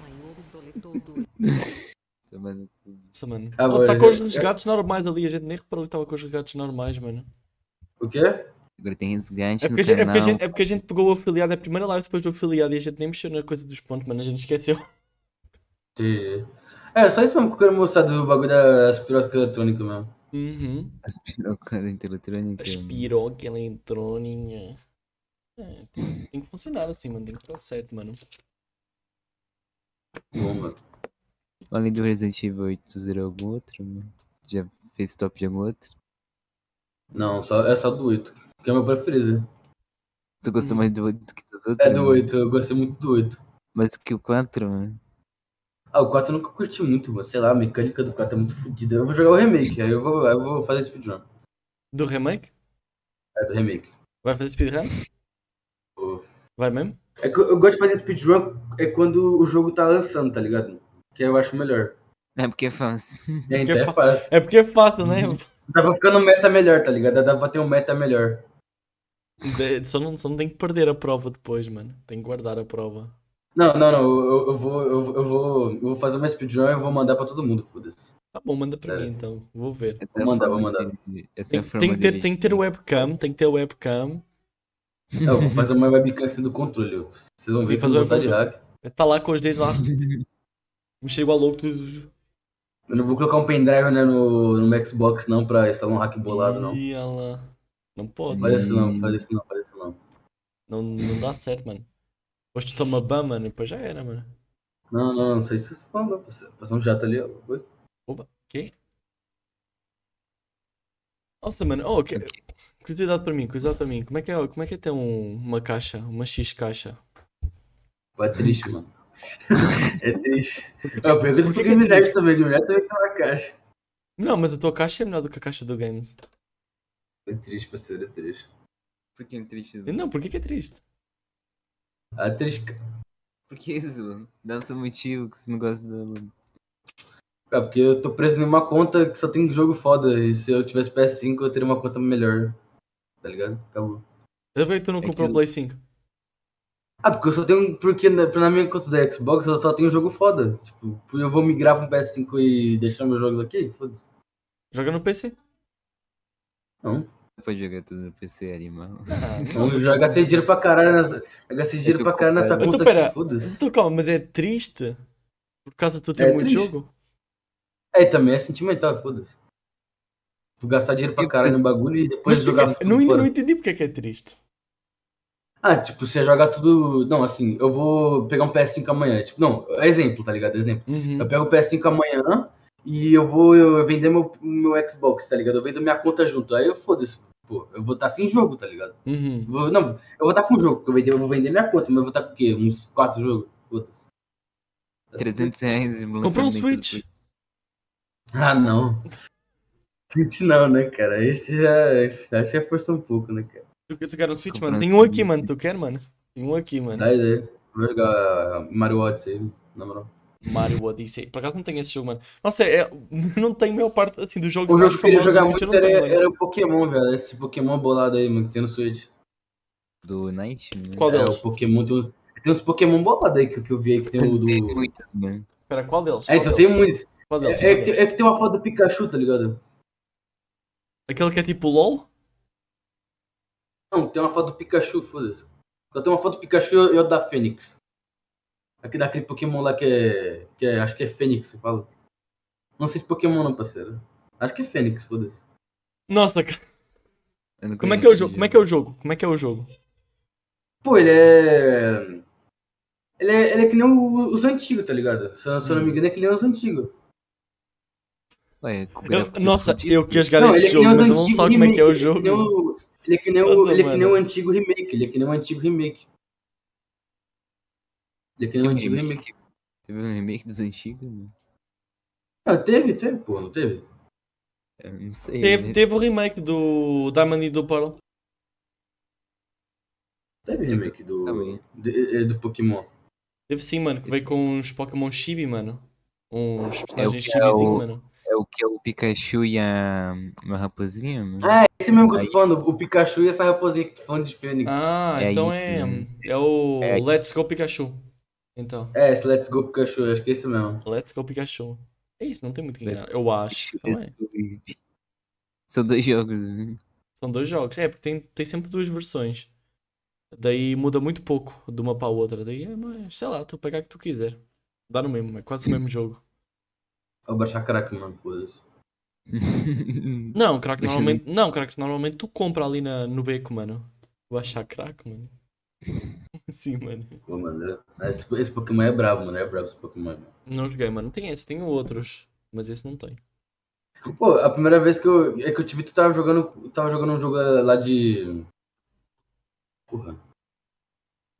S5: Maiores Doletou 2.
S1: Toma no cu.
S3: Nossa, mano.
S2: Ah,
S3: Ele
S2: boa,
S3: tá
S2: já-
S3: com os
S2: já-
S3: gatos normais ali. A gente nem reparou que tava com os gatos normais, mano.
S2: O quê?
S1: Agora tem resgate
S3: É
S1: no
S3: porque, a gente, é, porque a
S1: canal. *laughs*
S3: gente, é porque a gente pegou o afiliado, é a primeira live depois do afiliado e a gente nem mexeu na coisa dos pontos, mano. A gente esqueceu.
S2: Entendi. É, só isso mesmo que eu quero mostrar do bagulho das pirocas eletrônicas mesmo.
S3: Uhum.
S1: As pirocas da eletrônica. mano.
S3: Aspirou que eletrônica. É, tem, tem que funcionar assim, mano. Tem que estar certo, mano.
S2: Bom, mano.
S1: Além do Resident Evil 8, tu zerou algum outro? mano? Já fez top de algum outro?
S2: Não, só, é só do 8, que é meu preferido.
S1: Tu gostou
S3: Hum.
S1: mais do 8 do que dos outros?
S2: É do
S1: mano?
S2: 8, eu gostei muito do 8.
S1: Mas que o 4, mano?
S2: Ah, o 4 eu nunca curti muito, mano. sei lá, a mecânica do 4 é muito fodida. Eu vou jogar o remake, aí eu vou, aí eu vou fazer speedrun.
S3: Do remake?
S2: É, do remake.
S3: Vai fazer speedrun?
S2: Vou.
S3: Vai mesmo?
S2: É que eu, eu gosto de fazer speedrun é quando o jogo tá lançando, tá ligado? Que eu acho melhor.
S1: É porque é fácil.
S2: É, então
S3: Que
S2: é
S3: fa-
S2: fácil.
S3: É porque é fácil, né?
S2: Dá pra ficar no meta melhor, tá ligado? Dá pra ter um meta melhor.
S3: De- Só não, só não tem que perder a prova depois, mano. Tem que guardar a prova.
S2: Não, não, não, eu, eu vou, eu, eu vou, eu vou fazer uma speedrun e eu vou mandar pra todo mundo, foda-se.
S3: Tá bom, manda pra
S2: Sério.
S3: mim então. Vou ver.
S1: Essa
S2: Vou
S1: é a
S2: mandar,
S1: forma
S2: vou mandar.
S1: dele- Essa é
S3: Tem,
S1: a
S3: tem
S1: forma
S3: que ter,
S1: dele.
S3: tem que ter webcam, tem que ter webcam.
S2: Não, eu vou fazer uma webcam assim do controle. Vocês vão
S3: Sim,
S2: ver que eu
S3: fazer
S2: vou
S3: uma
S2: botar de
S3: webcam.
S2: hack.
S3: Tá lá com os dedos lá. Mexer igual louco. tudo.
S2: Eu não vou colocar um pendrive né, no, no Xbox não pra instalar um hack bolado, não.
S3: Ih, olha lá. Não pode.
S2: Faz isso não,
S1: Hum.
S2: faz isso não, faz isso não.
S3: Não, não dá certo, mano. Depois tu toma ban, mano, e depois já era, mano.
S2: Não, não, não sei se vocês falam, não. Passou- Passou um jato ali, ó. Oi?
S3: Opa, quê? Nossa, mano, oh, que... curiosidade para mim, curiosidade para mim. Como é que é, como é, que é ter um- uma caixa, uma X caixa?
S2: Pô, É triste, mano. é triste.
S3: é
S2: Eu pergunto por que é me deve também, de mulher também tem uma caixa.
S3: Não, mas a tua caixa é melhor do que a caixa do Games.
S2: É triste, parceiro, é triste.
S1: Por que triste?
S3: Não, por que que é triste?
S2: É triste,
S1: Por que é isso, mano? Dá o seu motivo que você não gosta da mano.
S2: cara, É, porque eu tô preso em uma conta que só tem um jogo foda. E se eu tivesse PS5, eu teria uma conta melhor. Tá ligado? Acabou.
S3: Ainda bem que tu não
S1: É
S3: comprou o
S1: que-
S3: Play 5.
S2: Ah, porque eu só tenho. Porque na, na minha conta da Xbox eu só tenho um jogo foda. Tipo, eu vou migrar pra um PS5 e deixar meus jogos aqui? Foda-se.
S3: Joga no PC.
S1: Pode jogar tudo no PC,
S2: *laughs*
S1: animal.
S2: Então, Eu já gastei dinheiro pra caralho nessa. Eu gastei dinheiro
S1: que
S2: pra
S1: eu
S2: caralho nessa
S1: comprei.
S3: Então,
S2: conta
S3: pera,
S2: aqui, foda-se.
S3: então calma, mas é triste por causa de tu ter
S2: É
S3: muito
S2: triste.
S3: jogo?
S2: É, e também é sentimental, foda-se. Vou gastar dinheiro pra
S1: Eu-
S2: caralho no bagulho e depois
S3: Mas por que
S2: jogar
S3: que-
S2: tudo
S3: não, ainda
S2: fora.
S3: não entendi porque é que é triste.
S2: Ah, tipo, você jogar tudo. Não, assim, eu vou pegar um PS5 amanhã. Tipo, não, é exemplo, tá ligado? É Exemplo.
S3: Uhum.
S2: Eu pego o PS5 amanhã e eu vou eu vender meu, meu Xbox, tá ligado? Eu vendo minha conta junto. Aí eu foda-se, pô. Eu vou estar sem jogo, tá ligado?
S3: Uhum.
S2: Vou- não, eu vou estar com jogo, porque eu, vender- eu vou vender minha conta, mas eu vou estar com o quê? Uns quatro jogos? Foda-se.
S1: 300 reais no
S3: Comprou um
S1: lançamento do
S3: Switch.
S1: Play-
S2: Ah, não. Twitch não, né, cara? Esse já, já se forçou um pouco, né, cara?
S3: Tu, tu quer um Switch, mano?
S1: Comprando
S3: Tem um aqui,
S1: Switch.
S3: mano. Tu quer, mano? Tem um aqui, mano.
S2: Dá ideia. Vou jogar uh, Mario Odyssey, na moral.
S3: Mario Odyssey. Por acaso não tenho esse jogo, mano. Nossa, é, *laughs* não tenho a maior parte assim, dos jogos
S2: O jogo
S3: mais
S2: que eu queria
S3: famosos do
S2: jogar
S3: Switch,
S2: muito
S3: eu assim, não tá tenho,
S2: era,
S3: mano.
S2: era o Pokémon, velho. Esse Pokémon bolado aí, mano, que tem no Switch.
S1: Do Night? Né?
S3: Qual
S2: É,
S3: deles?
S2: o Pokémon tem, uns- tem uns Pokémon bolados aí que, que eu vi aí, que tem
S3: é
S2: o do...
S1: Tem muitas, mano.
S3: Espera, qual deles?
S2: É,
S3: Qual
S2: então tem
S3: deles?
S2: muitos.
S3: Qual deles?
S2: É, é
S3: Qual
S2: que
S3: deles?
S2: tem- é que tem uma foto do Pikachu, tá ligado?
S3: Aquele que é tipo LOL?
S2: Não, tem uma foto do Pikachu, foda-se. Só tem uma foto do Pikachu e outra da Fênix. Aqui daquele Pokémon lá que é. que é- acho que é Fênix, que fala. Não sei de Pokémon não, parceiro. Acho que é Fênix, foda-se.
S3: Nossa, *laughs* ca-
S1: Eu não
S3: como é
S1: conheço
S3: que é o
S1: esse
S3: jogo? Como é que é o jogo? Como é que é o jogo?
S2: Pô, ele é. Ele é, ele é que nem o- os antigos, tá ligado? Se, eu- se eu não me engano, é que nem os antigos.
S1: Ué, com
S3: Eu-
S1: gráfico todo
S3: nossa,
S1: fodido.
S3: eu queria jogar
S2: não,
S3: esse
S2: ele é
S3: jogo,
S2: que
S3: mas
S2: nem
S3: eu
S2: os
S3: não
S2: antigos.
S3: sei como é que é o
S2: remake,
S3: jogo.
S2: Ele é que nem o, ele é que nem o,
S3: Nossa,
S2: ele é que nem o
S3: mano.
S2: antigo remake, ele é que nem o antigo remake. Ele é que nem
S1: Teve
S2: o
S1: um
S2: antigo remake.
S1: remake. Teve um remake dos antigos, mano.
S2: Ah, teve, teve, pô, não teve?
S1: Eu não sei.
S3: Teve,
S1: né?
S3: teve o remake do Diamond e do Pearl.
S2: Teve
S1: Sim,
S2: remake do,
S1: também.
S2: de- é, do Pokémon.
S3: Teve sim, mano, que veio com uns Pokémon Chibi, mano. Uns personagens
S1: que é
S3: chibizinho,
S1: o-
S3: mano.
S1: É o que é o Pikachu e a. Uma raposinha, mano.
S2: Ah, esse mesmo que eu tô
S1: Aí-
S2: falando, o Pikachu e essa raposinha que tu tá falando de Fênix.
S3: Ah,
S1: É
S3: então
S1: aí,
S3: é.
S1: né?
S3: É o
S1: É aí.
S3: Let's Go Pikachu. Então,
S2: É, esse Let's Go Pikachu, acho que é esse mesmo.
S3: Let's Go Pikachu. É isso, não tem muito que
S1: Let's
S3: enganar. Eu acho.
S1: Pikachu,
S3: não é?
S1: esse foi- São dois jogos, né?
S3: *laughs*
S1: mano.
S3: São dois jogos. É, porque tem, tem sempre duas versões. Daí muda muito pouco de uma para a outra. Daí é, mas sei lá, tu pega a que tu quiser. Dá no mesmo, é quase o
S1: *laughs*
S3: mesmo jogo.
S2: Vou baixar crack, mano, foda-se.
S3: Não, crack
S1: Mas
S3: normalmente. Não, crack normalmente tu compra ali na, no beco, mano. Vou achar crack, mano. *laughs* Sim, mano.
S2: Pô, mano, é- esse, esse Pokémon é brabo, mano, é brabo esse Pokémon. mano.
S3: Não joguei, mano. Tem esse, tem outros. Mas esse não tem.
S2: Pô, a primeira vez que eu, é que eu te vi, tu tava jogando, tava jogando um jogo lá de... Porra.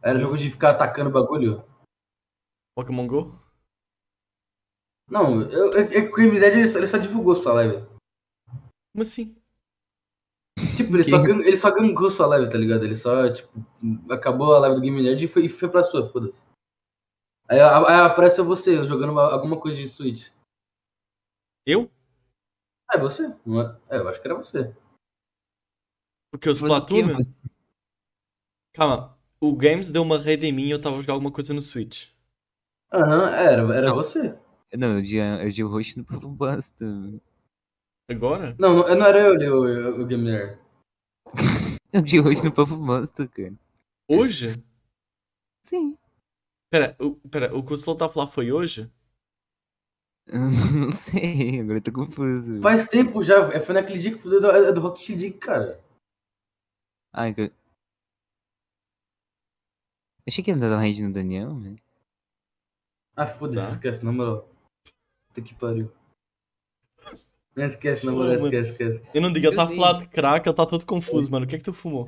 S2: Era um jogo de ficar atacando bagulho?
S3: Pokémon Go?
S2: Não, eu, é, é que o Game Dead, ele só, ele só divulgou sua live.
S3: Como assim?
S2: Tipo, ele só, gan- ele só gangou sua live, tá ligado? Ele só, tipo, acabou a live do Game Nerd e foi, e foi pra sua, foda-se. Aí, a- aí aparece você jogando uma- alguma coisa de Switch.
S3: Eu?
S2: Ah, é você? Não é? É, eu acho que era você.
S3: Porque eu
S1: Falando do quê,
S3: Splatoon? meu?
S1: mano?
S3: Calma. O Games deu uma raid em mim e eu estava a jogar alguma coisa no Switch.
S2: Aham, era, era
S1: Não.
S2: você.
S1: Não, eu dia, eu dia o roxo no Pablo Basta. mano.
S3: Agora?
S2: Não, não, não era eu, eu, eu, o Game Nerd.
S1: Eu dia o roxo no Pablo Basta, cara.
S3: Hoje?
S1: Sim.
S3: Pera, o, pera, o que o Slow tá a falar foi hoje?
S1: *laughs* Eu não sei, agora eu tô confuso. mano.
S2: Faz tempo já, é, foi naquele dia que foi do, é do Rocket League, cara.
S1: Ai, que... Achei que ia dar raid no Daniel, velho.
S2: Ah, foda-se,
S3: Tá.
S2: esquece, na moral. Puta que pariu. Não esquece, na
S3: Pô,
S2: moral,
S3: mano.
S2: esquece, esquece.
S3: Eu não digo, ele
S1: Eu
S3: tá a
S1: vi.
S3: falar de crack, ele tá todo confuso, mano. O que é que tu fumou?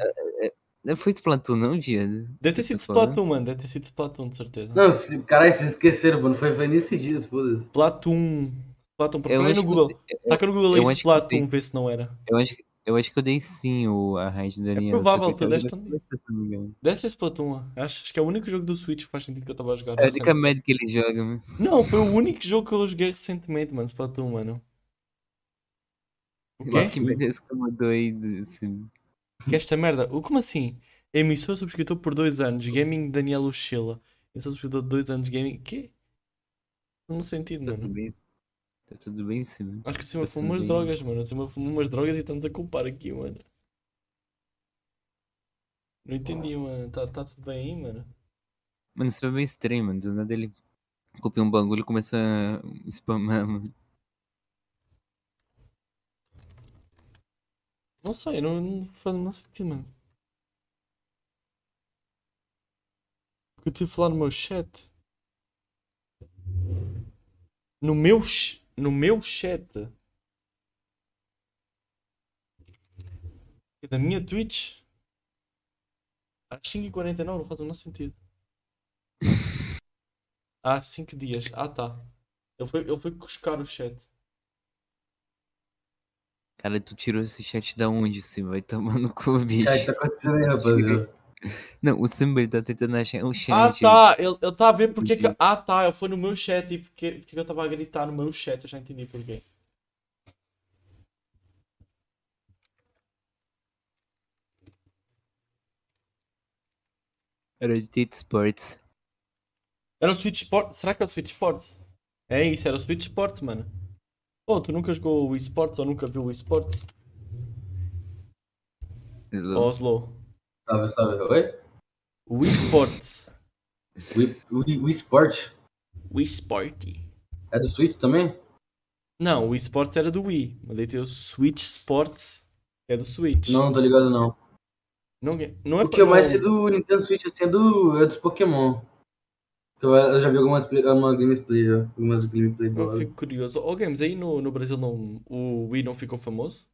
S1: Não foi Splatoon, não, viado?
S3: Deve
S1: Tá
S3: ter sido
S1: falando?
S3: Splatoon, mano. Deve ter sido Splatoon, de certeza.
S2: Não, se- caralho, vocês esqueceram, mano. Foi, foi nesse dia, foda-se.
S3: Splatoon. Splatoon,
S1: Eu
S3: procura aí
S1: acho,
S3: no
S1: que
S3: Google.
S1: eu, dei-
S3: Taca no Google
S1: eu
S3: aí
S1: acho que
S3: Splatoon,
S1: tem-
S3: vê se não era.
S1: eu acho, que- eu acho que eu dei sim o, a raid do Daniel. só
S3: É provável,
S1: que eu
S3: tu
S1: tava
S3: deste
S1: jogando
S3: um dia.
S1: outra, se não me engano.
S3: Deve ser Splatoon, ó. acho, acho que é o único jogo do Switch que faz sentido que eu estava a jogar.
S1: É a única
S3: recentemente.
S1: merda que ele joga, mano.
S3: Não, foi o único jogo que eu joguei recentemente, mano. Splatoon, um, mano. O
S1: Lá, Que
S3: quê?
S1: merda é essa que tu mandou aí? desse-
S3: Que é esta merda? O como assim? Emissor subscritor por dois anos, Gaming Daniel Uchila. Emissor subscritor de dois anos, Gaming. Quê? Não tem sentido,
S1: Tá tudo
S3: mano.
S1: bem. Tá tudo bem, sim, mano.
S3: Acho que o Cima
S1: Tá
S3: fumou umas
S1: tudo bem.
S3: drogas, mano. O Cima fumou umas drogas e estamos a culpar aqui, mano. Não entendi, mano. Tá, tá tudo bem aí, mano?
S1: Mano, isso foi meio estranho, mano. Do nada ele copia um bagulho e começa a spamar, mano.
S3: Não sei, não, não faz o menor sentido, mano. O que eu tive a falar no meu chat? No meu, ch- no meu chat? É Da minha Twitch? Às 5h49, não faz o menor sentido. Há 5 dias. Ah, tá. Ele foi, ele foi cuscar o chat.
S1: Cara, tu tirou esse chat da onde, Sim? Vai tomar no cu, bicho.
S2: Cara, o que tá acontecendo aí, rapaziada?
S1: Não, o Simba ele tá tentando achar o chat.
S3: Ah
S1: ele-
S3: tá, ele ele tá a ver porque que.
S1: Entendi.
S3: Ah tá, eu fui no meu chat e porque, porque que eu estava a gritar no meu chat, eu já entendi porquê.
S1: Era de Tate Sports.
S3: Era o Switch Sports, será que é o Switch Sports? É isso, era o Switch Sports, mano. Pô, tu nunca jogou o Wii Sports ou nunca viu o Wii Sports? Ó, Slow.
S2: Salve, salve. Oi?
S3: O Wii Sports.
S2: O- O o esporte
S3: Wii Sport.
S2: é do Switch também?
S3: Não, o Wii Sports era do Wii, mas daí tem o Switch Sports, que é do Switch.
S2: Não, não tô ligado não.
S3: Não, não é
S2: O que eu mais sei
S3: não-
S2: do Nintendo Switch assim, é, do, é dos Pokémon. Eu, eu já vi algumas play- uma gameplay já. Algumas gameplay do
S3: Eu
S2: lado.
S3: fico curioso. Ô, Games, aí no, no Brasil não, o Wii não ficou famoso?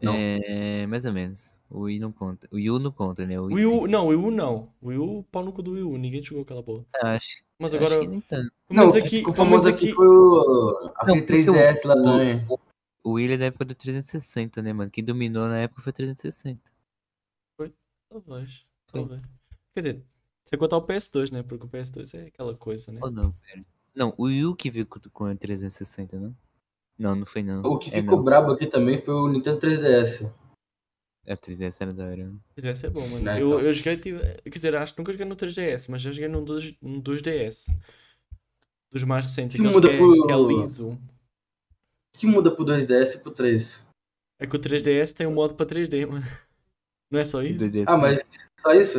S2: Não.
S1: É, mais ou menos. O Wii não conta. O Wii U não conta, né? O
S3: Wii U, não, Wii U não. Wii U, pau no cu do Wii U, ninguém jogou aquela porra.
S1: sim, eu acho.
S3: Mas
S1: eu
S3: agora,
S1: acho que nem tanto.
S3: pelo menos
S2: o é que
S3: aqui,
S2: ficou
S3: pelo menos
S2: famoso
S3: aqui,
S2: aqui foi o. aquele
S1: Não, porque o-
S2: 3DS lá também.
S1: O Wii ele é da época do 360, né, mano? Quem dominou na época foi o 360.
S3: talvez, talvez. Quer dizer, você contar o PS2, né? Porque o PS2 é aquela coisa, né?
S1: Ou não, velho? Não, o Wii U que veio com com o 360, não? Não, não foi não.
S2: O que
S1: é,
S2: ficou
S1: não.
S2: brabo aqui também foi o Nintendo 3DS.
S1: É, 3DS era da hora. né?
S3: Tivesse é bom, mano.
S2: Não,
S3: eu,
S2: então.
S3: eu joguei, tive, quer dizer, acho que nunca joguei no 3DS, mas já joguei num 2, num 2DS. Dos mais recentes,
S2: Que
S3: aqueles
S2: muda
S3: que, é,
S2: pro-
S3: que é liso.
S2: O que muda pro 2DS e pro 3?
S3: É que o 3DS tem um modo para 3D, mano. *laughs* Não é só
S1: O
S3: isso?
S1: 2DS
S2: Ah, mas tá só isso?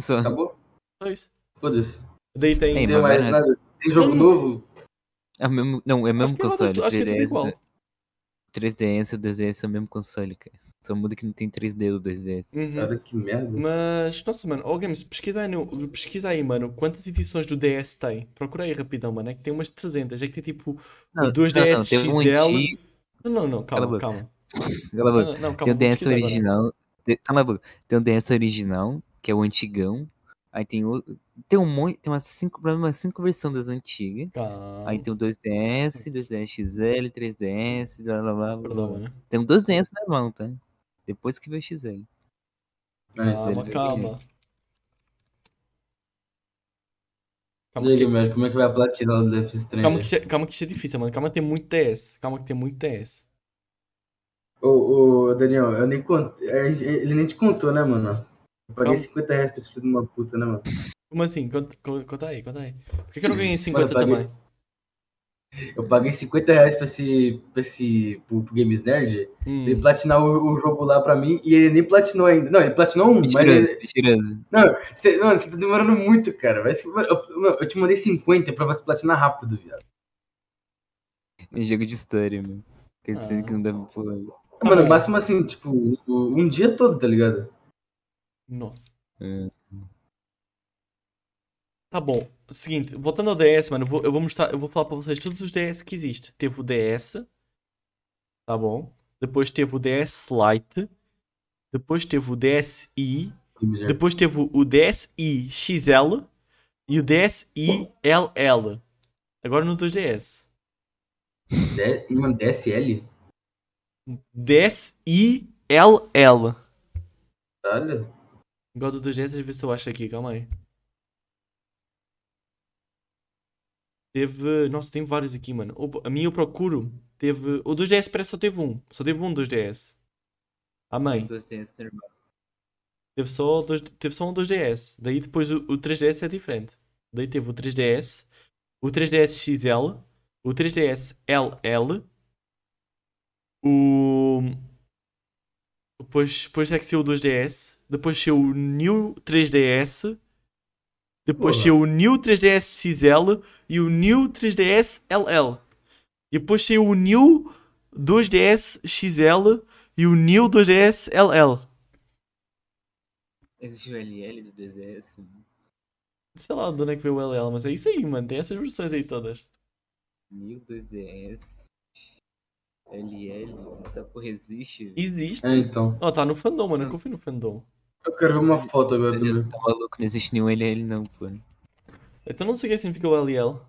S1: Só.
S2: Acabou?
S3: Só isso.
S2: Foda-se.
S3: Daí tem.
S1: Ei,
S2: Não
S1: mas
S2: tem mais
S1: barato.
S2: nada. Tem jogo
S3: Não,
S2: novo?
S1: É o mesmo, não, é o mesmo
S3: Acho que é nada-
S1: console.
S3: acho que é tudo
S1: 3DS,
S3: igual.
S1: né? 3DS e o 2DS é o mesmo console, cara. Só muda que não tem 3D ou é 2DS.
S3: Uhum.
S2: Cara, que merda.
S3: Mas, nossa, mano, ó, Games, pesquisa aí, no- pesquisa aí, mano, quantas edições do DS tem? Procura aí rapidão, mano, é que tem umas 300, é que tem tipo.
S1: Não,
S3: O 2DS XL. Não, não, não, calma,
S1: Cala a boca.
S3: calma.
S1: Cala a
S3: Não,
S1: boca.
S3: não, não, calma,
S1: Tem o
S3: vou
S1: DS
S3: pesquisar Ah, agora.
S1: original. Te- Cala a boca. Tem o DS original, que é o antigão. Aí tem o. Tem um monte. Tem umas cinco, pelo menos umas cinco versões das antigas.
S3: Calma.
S1: Aí tem o 2DS, 2DS XL, 3DS, blá blá blá. blá,
S3: Perdão,
S1: blá.
S3: mano.
S1: Tem um 2DS normal, tá? Depois que veio o XL.
S2: Ah,
S1: ele
S3: Calma,
S1: veio
S2: entendi.
S3: calma.
S2: E
S3: Calma
S2: aí,
S3: que,
S2: Guilherme, como é que vai a platina do Death
S3: calma,
S2: Stranding?
S3: que isto é, calma que isto é difícil, mano. Calma que tem muito DS. Calma que tem muito DS.
S2: Ô, ô, Daniel, eu nem contei. Ele nem te contou, né, mano? Eu paguei
S3: Não.
S2: 50 reais pra esse filho de uma puta, né, mano?
S3: Como assim? Conta, conta- conta aí, conta aí. Por que que eu não ganhei
S2: Mano,
S3: 50
S2: eu paguei-
S3: também?
S2: Eu paguei 50 reais pra esse. pra esse. pro, pro Games Nerd.
S3: Hum.
S2: Ele platinar o, o jogo lá pra mim e ele nem platinou ainda. Não, ele platinou um, mas
S1: Mentiroso,
S2: ele,
S1: mentiroso.
S2: Cê, mano, você tá demorando muito, cara. Vai se- mano, eu, mano, eu te mandei 50 pra você platinar rápido, viado.
S1: É jogo de história, meu. Quer dizer que não dá porra.
S3: Ah,
S2: Mano,
S3: mas-
S2: máximo assim, tipo, um, um dia todo, tá ligado?
S3: Nossa.
S1: É.
S3: Tá bom. Seguinte, voltando ao DS, mano, eu vou, eu vou mostrar, eu vou falar para vocês todos os DS que existe. Teve o DS, tá bom? Depois teve o DS Lite, depois teve o DSi, depois teve o- o DSi XL e o DSi LL. Agora no 2DS.
S2: De, mano, DSL?
S3: DSi LL.
S2: Caralho.
S3: Agora do 2DS, deixa eu ver se eu acho aqui, calma aí. Teve. Nossa, tem vários aqui, mano. Opa, A minha eu procuro. Teve. O 2DS parece que só teve um. Só teve um 2DS. Ah, mãe.
S1: 2DS normal.
S3: Teve só, dois... teve só um 2DS. Daí depois o... o 3DS é diferente. Daí teve o 3DS, o 3DS XL, o 3DS LL, o. Depois, depois é que saiu o 2DS, depois saiu o New 3DS, depois
S2: Porra.
S3: saiu o New 3DS XL e o New 3DS LL. E depois saiu o New 2DS XL e o New 2DS LL.
S1: Existe o LL do 2DS?
S3: Sei lá de onde é que veio o LL, mas é isso aí, mano. Tem essas versões aí todas.
S1: New 2DS. LL. Essa porra existe.
S3: Existe.
S2: É, então.
S3: Ó, tá no fandom, mano. Eu confio no fandom.
S2: Eu quero ver uma
S3: É,
S2: foto agora do meu.
S1: Você tá maluco, não existe nenhum LL não, pô.
S3: Então não sei o que significa o LL.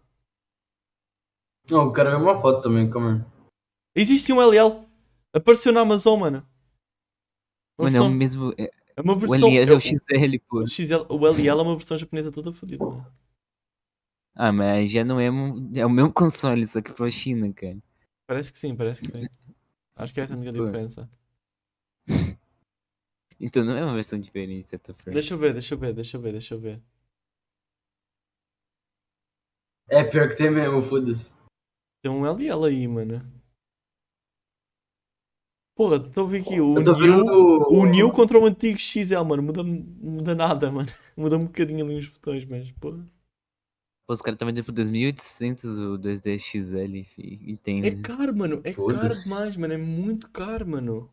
S2: Não, eu quero ver uma foto também, calma aí.
S3: Existe um LL. Apareceu na Amazon, mano. Uma
S1: Mano, é o
S3: versão-
S1: mesmo. É,
S3: é uma
S1: o
S3: versão.
S1: LL é o XL, pô.
S3: o XL o LL é uma versão japonesa toda fodida. mano.
S1: Ah, mas já não é. um- É o mesmo console, só que pra China, cara.
S3: Parece que sim, parece que sim. Acho que essa é a única
S1: Pô.
S3: diferença.
S1: Então não é uma versão diferente, de certa forma.
S3: Deixa eu ver, deixa eu ver, deixa eu ver, deixa eu ver.
S2: É pior que tem mesmo, foda-se.
S3: Tem um LL aí, mano. Porra, estou a ver aqui. O
S2: Eu tô
S3: New,
S2: vendo.
S3: o New contra o antigo XL, mano. Muda, muda nada, mano. *laughs* Muda um bocadinho ali os botões, mas, é porra.
S1: Pô, os caras estão vendendo por 2.800 o 2D XL, fi.
S3: É
S1: Entende?
S3: caro, mano. É caro
S2: Foda-se.
S3: demais, mano. É muito caro, mano.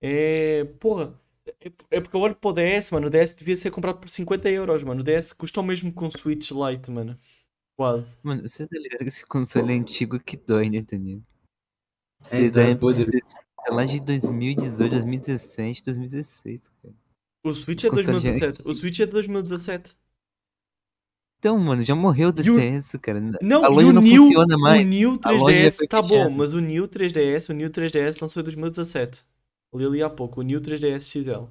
S3: É. Porra. É é porque eu olho para o DS, mano. O DS devia ser comprado por 50 euros, mano. O DS custa o mesmo que um Switch Lite, mano. Quase.
S1: Mano, você tá ligado que esse console é antigo que dói, né, Daniel?
S2: É,
S1: Ele
S2: então é
S1: dói
S2: podre.
S1: sei lá, de 2018, 2017, 2016, cara.
S3: O Switch é de
S1: Console já é
S3: 2017. O
S1: antigo.
S3: Switch é de 2017.
S1: Então, mano, já morreu o
S3: E o-
S1: 2DS, cara.
S3: Não,
S1: A
S3: e
S1: loja
S3: o
S1: não
S3: New,
S1: funciona mais.
S3: O New
S1: A loja
S3: 3DS
S1: foi
S3: tá bom,
S1: fechada.
S3: mas o New 3DS, o New 3DS lançou em 2017. Li ali há pouco, o New 3DS XL.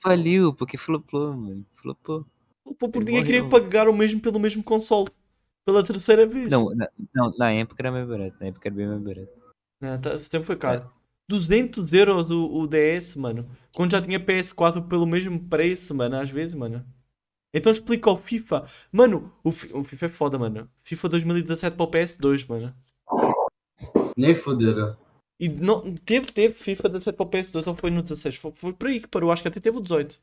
S1: Faliu, porque flopou, mano. Flopou.
S3: O povo
S1: Ele
S3: ninguém queria
S1: morreu.
S3: pagar o mesmo pelo mesmo console. Pela terceira vez.
S1: Não na, não, na época era mais barato. Na época era bem mais barato.
S3: Não, tá, sempre foi caro.
S1: É.
S3: 200 euros o, o DS, mano. Quando já tinha PS4 pelo mesmo preço, mano, às vezes, mano. Então explica o FIFA. Mano, o, Fi- o FIFA é foda, mano. FIFA 2017 para o PS2, mano.
S2: Nem né? foderam.
S3: E não, teve, teve FIFA 17 para o PS2, ou foi no 16? Foi, foi por aí que parou, acho que até teve o 18.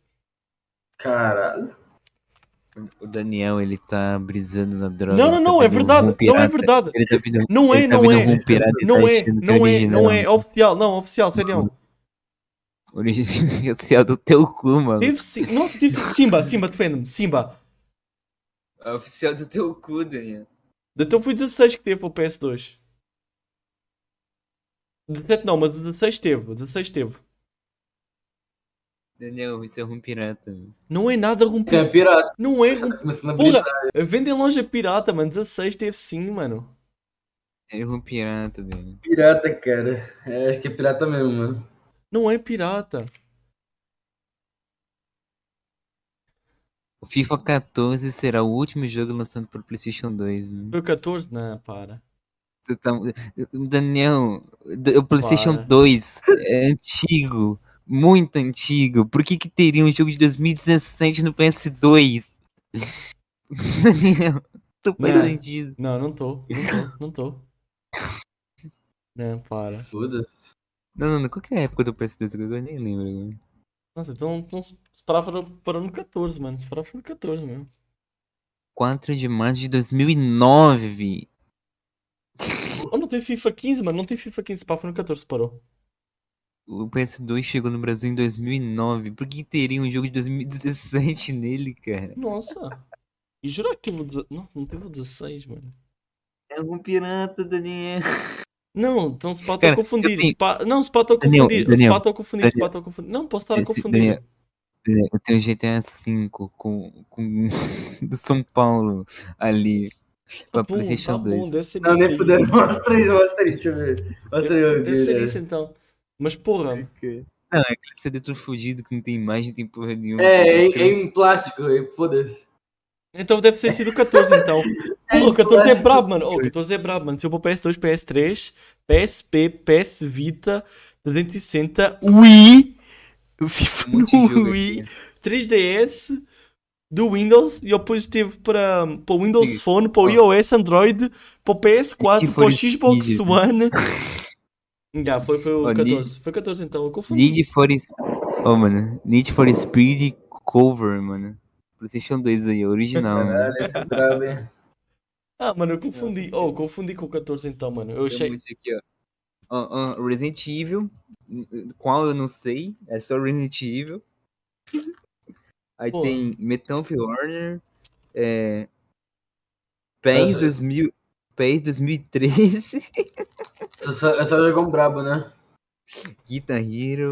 S2: Caralho.
S3: Uhum.
S1: O Daniel, ele tá brisando na droga.
S3: Não,
S1: ele
S3: não,
S1: tá
S3: não, é
S1: vendo
S3: verdade,
S1: rum
S3: não é
S1: pirata.
S3: verdade.
S1: Ele tá vindo,
S3: Não é,
S1: ele tá
S3: não
S1: vindo
S3: é.
S1: rum pirata, ele
S3: Não
S1: tá
S3: é,
S1: achando que
S3: não é,
S1: original.
S3: não é, oficial, não, oficial, serião.
S1: um Origem *laughs* oficial do teu cu, mano.
S3: Teve sim, nossa, teve sim. Simba, Simba, defende-me, Simba.
S1: A É oficial do teu cu, Daniel.
S3: Então foi 16 que teve para o PS2. 17 não, mas o 16 teve, o 16 teve.
S1: Daniel, isso é rum pirata, mano.
S3: Não é nada
S2: É
S3: romper,
S2: pirata,
S3: não é romper.
S2: começando a
S3: Porra,
S2: brisar.
S3: vendem loja pirata, mano, 16 teve sim, mano.
S1: É rum pirata, Daniel.
S2: Pirata, cara. É, acho que é pirata mesmo, mano.
S3: Não é pirata.
S1: O FIFA 14 será o último jogo lançado para PlayStation 2, mano.
S3: Foi o 14? Não, para.
S1: Você tá... Daniel, d- o PlayStation
S3: Para.
S1: 2 é antigo, muito antigo. Por que que teria um jogo de 2017 no PS2? *laughs* Daniel, tu faz
S3: Não.
S1: sentido.
S3: Não, não tô. Não tô, não tô. Não, para.
S2: Foda-se.
S1: Não, não, não, qual que é a época do PS2 agora? Eu nem lembro. agora.
S3: Nossa, então, então se se parar para, para no 14, mano. Se parar para no 14 mesmo.
S1: 4 de março de 2009.
S3: Oh, não tem FIFA 15, mano. Não tem FIFA 15. Pá, foi no 14, parou.
S1: O PS2 chegou no Brasil em 2009. Por que teria um jogo de 2017 nele, cara?
S3: Nossa. E jurar que teve o 16. Nossa, não teve o 16, mano.
S1: É um pirata, Daniel.
S3: Não, então se pá, estou
S1: Cara,
S3: a confundir.
S1: eu tenho-
S3: Se pá- Não, se pá, estou a
S1: Daniel,
S3: confundir. Se
S1: Daniel,
S3: pá, estou a confundir. Se pá,
S1: Daniel.
S3: estou a confundir. Não, posso estar a
S1: Esse-
S3: confundir.
S1: Daniel. É, Eu tenho GTA V com, com *laughs* do São Paulo ali. Pra
S3: Tá bom, tá
S1: PlayStation
S3: bom.
S1: 2.
S3: Deve ser
S2: Não,
S3: isso
S2: nem
S3: aí.
S2: fuderam. *laughs* Mostra aí, mostra aí, deixa eu ver. Mostra aí,
S3: Deve,
S2: eu
S3: deve ser
S2: ver.
S3: isso então. Mas porra,
S1: Não, é aquele CD todo fudido que não tem imagem, não tem porra nenhuma.
S2: É,
S1: tá
S2: é, é
S1: escrito.
S2: em plástico, é, foda-se.
S3: Então deve ter sido o 14 então. Porra, o 14 é brabo, mano. Oh, o 14 é brabo, mano. Se eu vou PS2, PS3, PSP, PS Vita, 360, Wii, FIFA
S1: Um monte de
S3: no
S1: jogo
S3: Wii,
S1: aqui.
S3: 3DS, do Windows, e depois teve para, para o Windows
S1: Sim.
S3: Phone, para o
S1: Ó.
S3: iOS, Android, para o
S1: E que
S3: PS4, para
S1: foi
S3: o Xbox
S1: Speed, né? *laughs*
S3: One. Já, foi, foi o
S1: Ó,
S3: 14. Foi o 14 então, eu confundi.
S1: Need for Speed. Oh, mano. Need for Speed Cover, mano. PlayStation 2 aí,
S3: *laughs*
S1: original. mano.
S2: Caralho, esse é brabo, hein?
S3: Ah, mano, eu confundi. Oh, confundi com o 14 então, mano. Eu
S1: Tem um
S3: achei.
S1: monte aqui, ó. Ó, ó, Resident Evil. n- n- Qual eu não sei. É só Resident Evil. *laughs* Aí
S3: Pô.
S1: tem Metal Gear Warner. É... PES,
S2: Ah.
S1: 2000... PES 2013.
S2: É só, é só jogar um brabo, né?
S1: *laughs* Guitar Hero.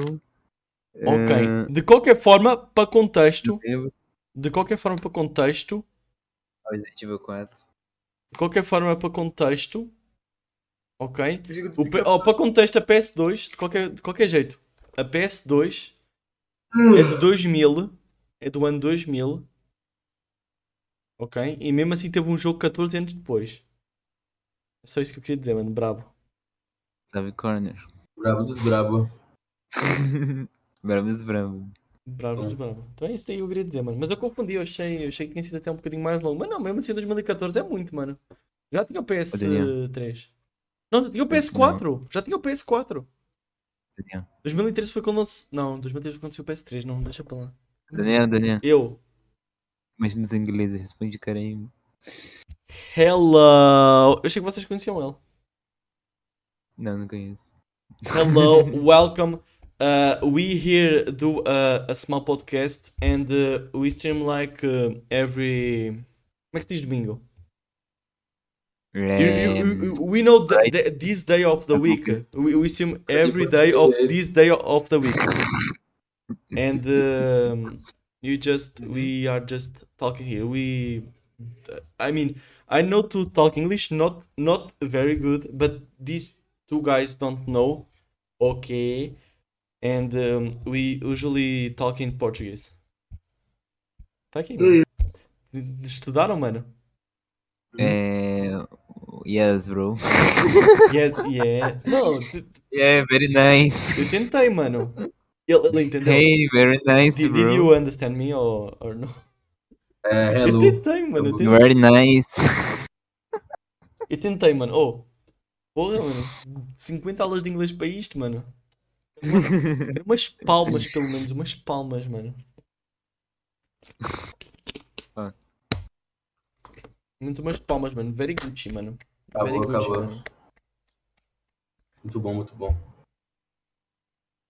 S3: Ok.
S1: eh,
S3: De qualquer forma, para contexto.
S1: lembro.
S3: De qualquer forma, para contexto,
S1: Resident Evil 4.
S3: De qualquer forma, para contexto, ok?
S4: Digo de
S3: O P- ó, para contexto, a PS2, de qualquer, de qualquer jeito, a PS2
S4: Hum.
S3: é de 2000, é do ano 2000, ok? E mesmo assim teve um jogo 14 anos depois. É só isso que eu queria dizer, mano, brabo.
S1: Sabe, Corner?
S2: Brabo dos brabo.
S1: Bravos, bravo.
S3: Bravo,
S2: Pronto.
S3: bravo. Então é isso aí que eu queria dizer, mano. Mas eu confundi, eu achei, eu achei que tinha sido até um bocadinho mais longo. Mas não, mesmo assim 2014 é muito, mano. Já tinha o PS3. Não, já tinha o PS4. Já tinha o PS4.
S1: Daniel.
S3: 2013 foi quando lançou. Não, 2013 foi quando saiu o PS3, não, deixa pra lá.
S1: Daniel, Daniel.
S3: Eu.
S1: Imagina os ingleses, responde cara aí.
S3: Hello! Eu achei que vocês conheciam ele.
S1: Não, não conheço.
S3: Hello, welcome. Uh, we here do uh, a small podcast and uh, we stream like uh, every. Como é que se diz domingo? You- you- you- you- we know the,
S1: Right.
S3: the- this day of the week.
S1: Okay.
S3: We, we stream every day of this day of the week. and um, you just, we are just talking here. We, I mean, I know to talk English, not not very good, but these two guys don't know. Okay, and um, we usually talk in Portuguese. Tá aqui, mano. Estudaram, mano?
S1: É... Yes, bro. *laughs*
S3: Yes, yeah. Não, tu-
S1: Yeah, very nice.
S3: *laughs* Eu tentei, mano. Ele, ele entendeu.
S1: Hey, very nice,
S3: did, did
S1: É bro.
S3: you understand me or, or no?
S2: É,
S3: Eu
S2: hello.
S3: tentei, mano. Eu tentei,
S1: Very
S2: *laughs*
S1: nice.
S3: eu tentei mano. Oh, porra, mano. 50 aulas de inglês para isto, mano. Quero Umas palmas, pelo menos. Umas palmas, mano.
S1: Ah.
S3: Muito umas palmas, mano. Very Gucci, mano. Very
S2: Acabou,
S3: Gucci,
S2: acabou.
S3: mano.
S2: Muito bom, muito bom.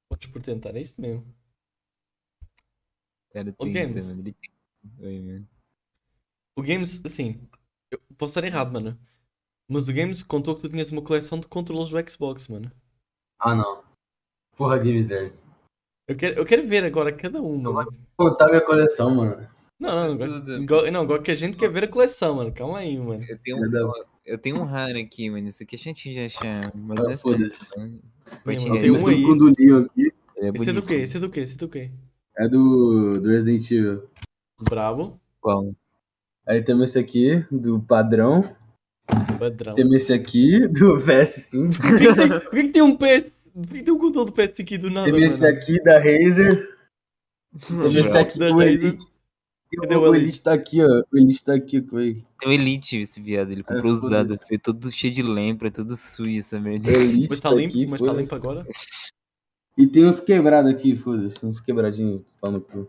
S3: Podes por tentar, é isso mesmo.
S1: Cara,
S3: Ô,
S1: tenta,
S3: Games.
S1: mano. Ele tenta. Oi, mano.
S3: O Games, assim, eu posso estar errado, mano. Mas o Games contou que tu tinhas uma coleção de controles do Xbox, mano.
S2: Ah, não. Porra, Games Nerd.
S3: Eu quero, eu quero ver agora cada um, mano.
S2: Contar tá minha coleção, mano.
S3: Não, não,
S1: Tudo.
S3: agora- igual, não, agora que a gente quer ver a coleção, mano. Calma aí, mano.
S1: Eu tenho,
S2: Filha da-
S1: um, eu tenho um raro aqui, mano. Isso aqui é chatinho de achar. Mas
S2: Ah,
S1: é
S2: foda-se.
S1: tanto, né?
S3: Tem,
S1: Mas
S3: mano,
S1: é,
S3: tem um
S1: mas
S2: Começou
S3: aí.
S2: com o do Leon aqui.
S1: Ele é
S3: Esse é do
S1: bonito.
S3: quê? Esse é do quê? Esse é do quê?
S2: É do, do Resident Evil.
S3: Bravo,
S1: Qual?
S2: Aí temos esse aqui, do padrão.
S3: padrão.
S2: Temos esse aqui, do *laughs* PS5.
S3: Por que que tem, por que que tem um PS... Por que que tem um controle do PS aqui do nada,
S2: Temos esse
S3: mano?
S2: aqui, da Razer. Temos
S1: Tem
S2: esse tá aqui,
S3: Da
S2: do
S3: Razer.
S2: Elite. E
S3: Cadê
S2: o,
S3: o
S2: o
S3: Elite?
S2: Elite tá aqui, ó. O Elite tá aqui, foi.
S1: um Elite, esse viado. Ele comprou
S2: Ah, foda-se.
S1: usado. Foi todo cheio de lembra, todo sujo essa
S2: O *laughs*
S1: merda.
S2: Elite
S3: Mas tá
S2: tá
S3: limpo,
S2: aqui,
S3: mas tá
S2: foi.
S3: limpo agora.
S2: E tem uns quebrados aqui, foda-se. Uns quebradinhos, pau no cu.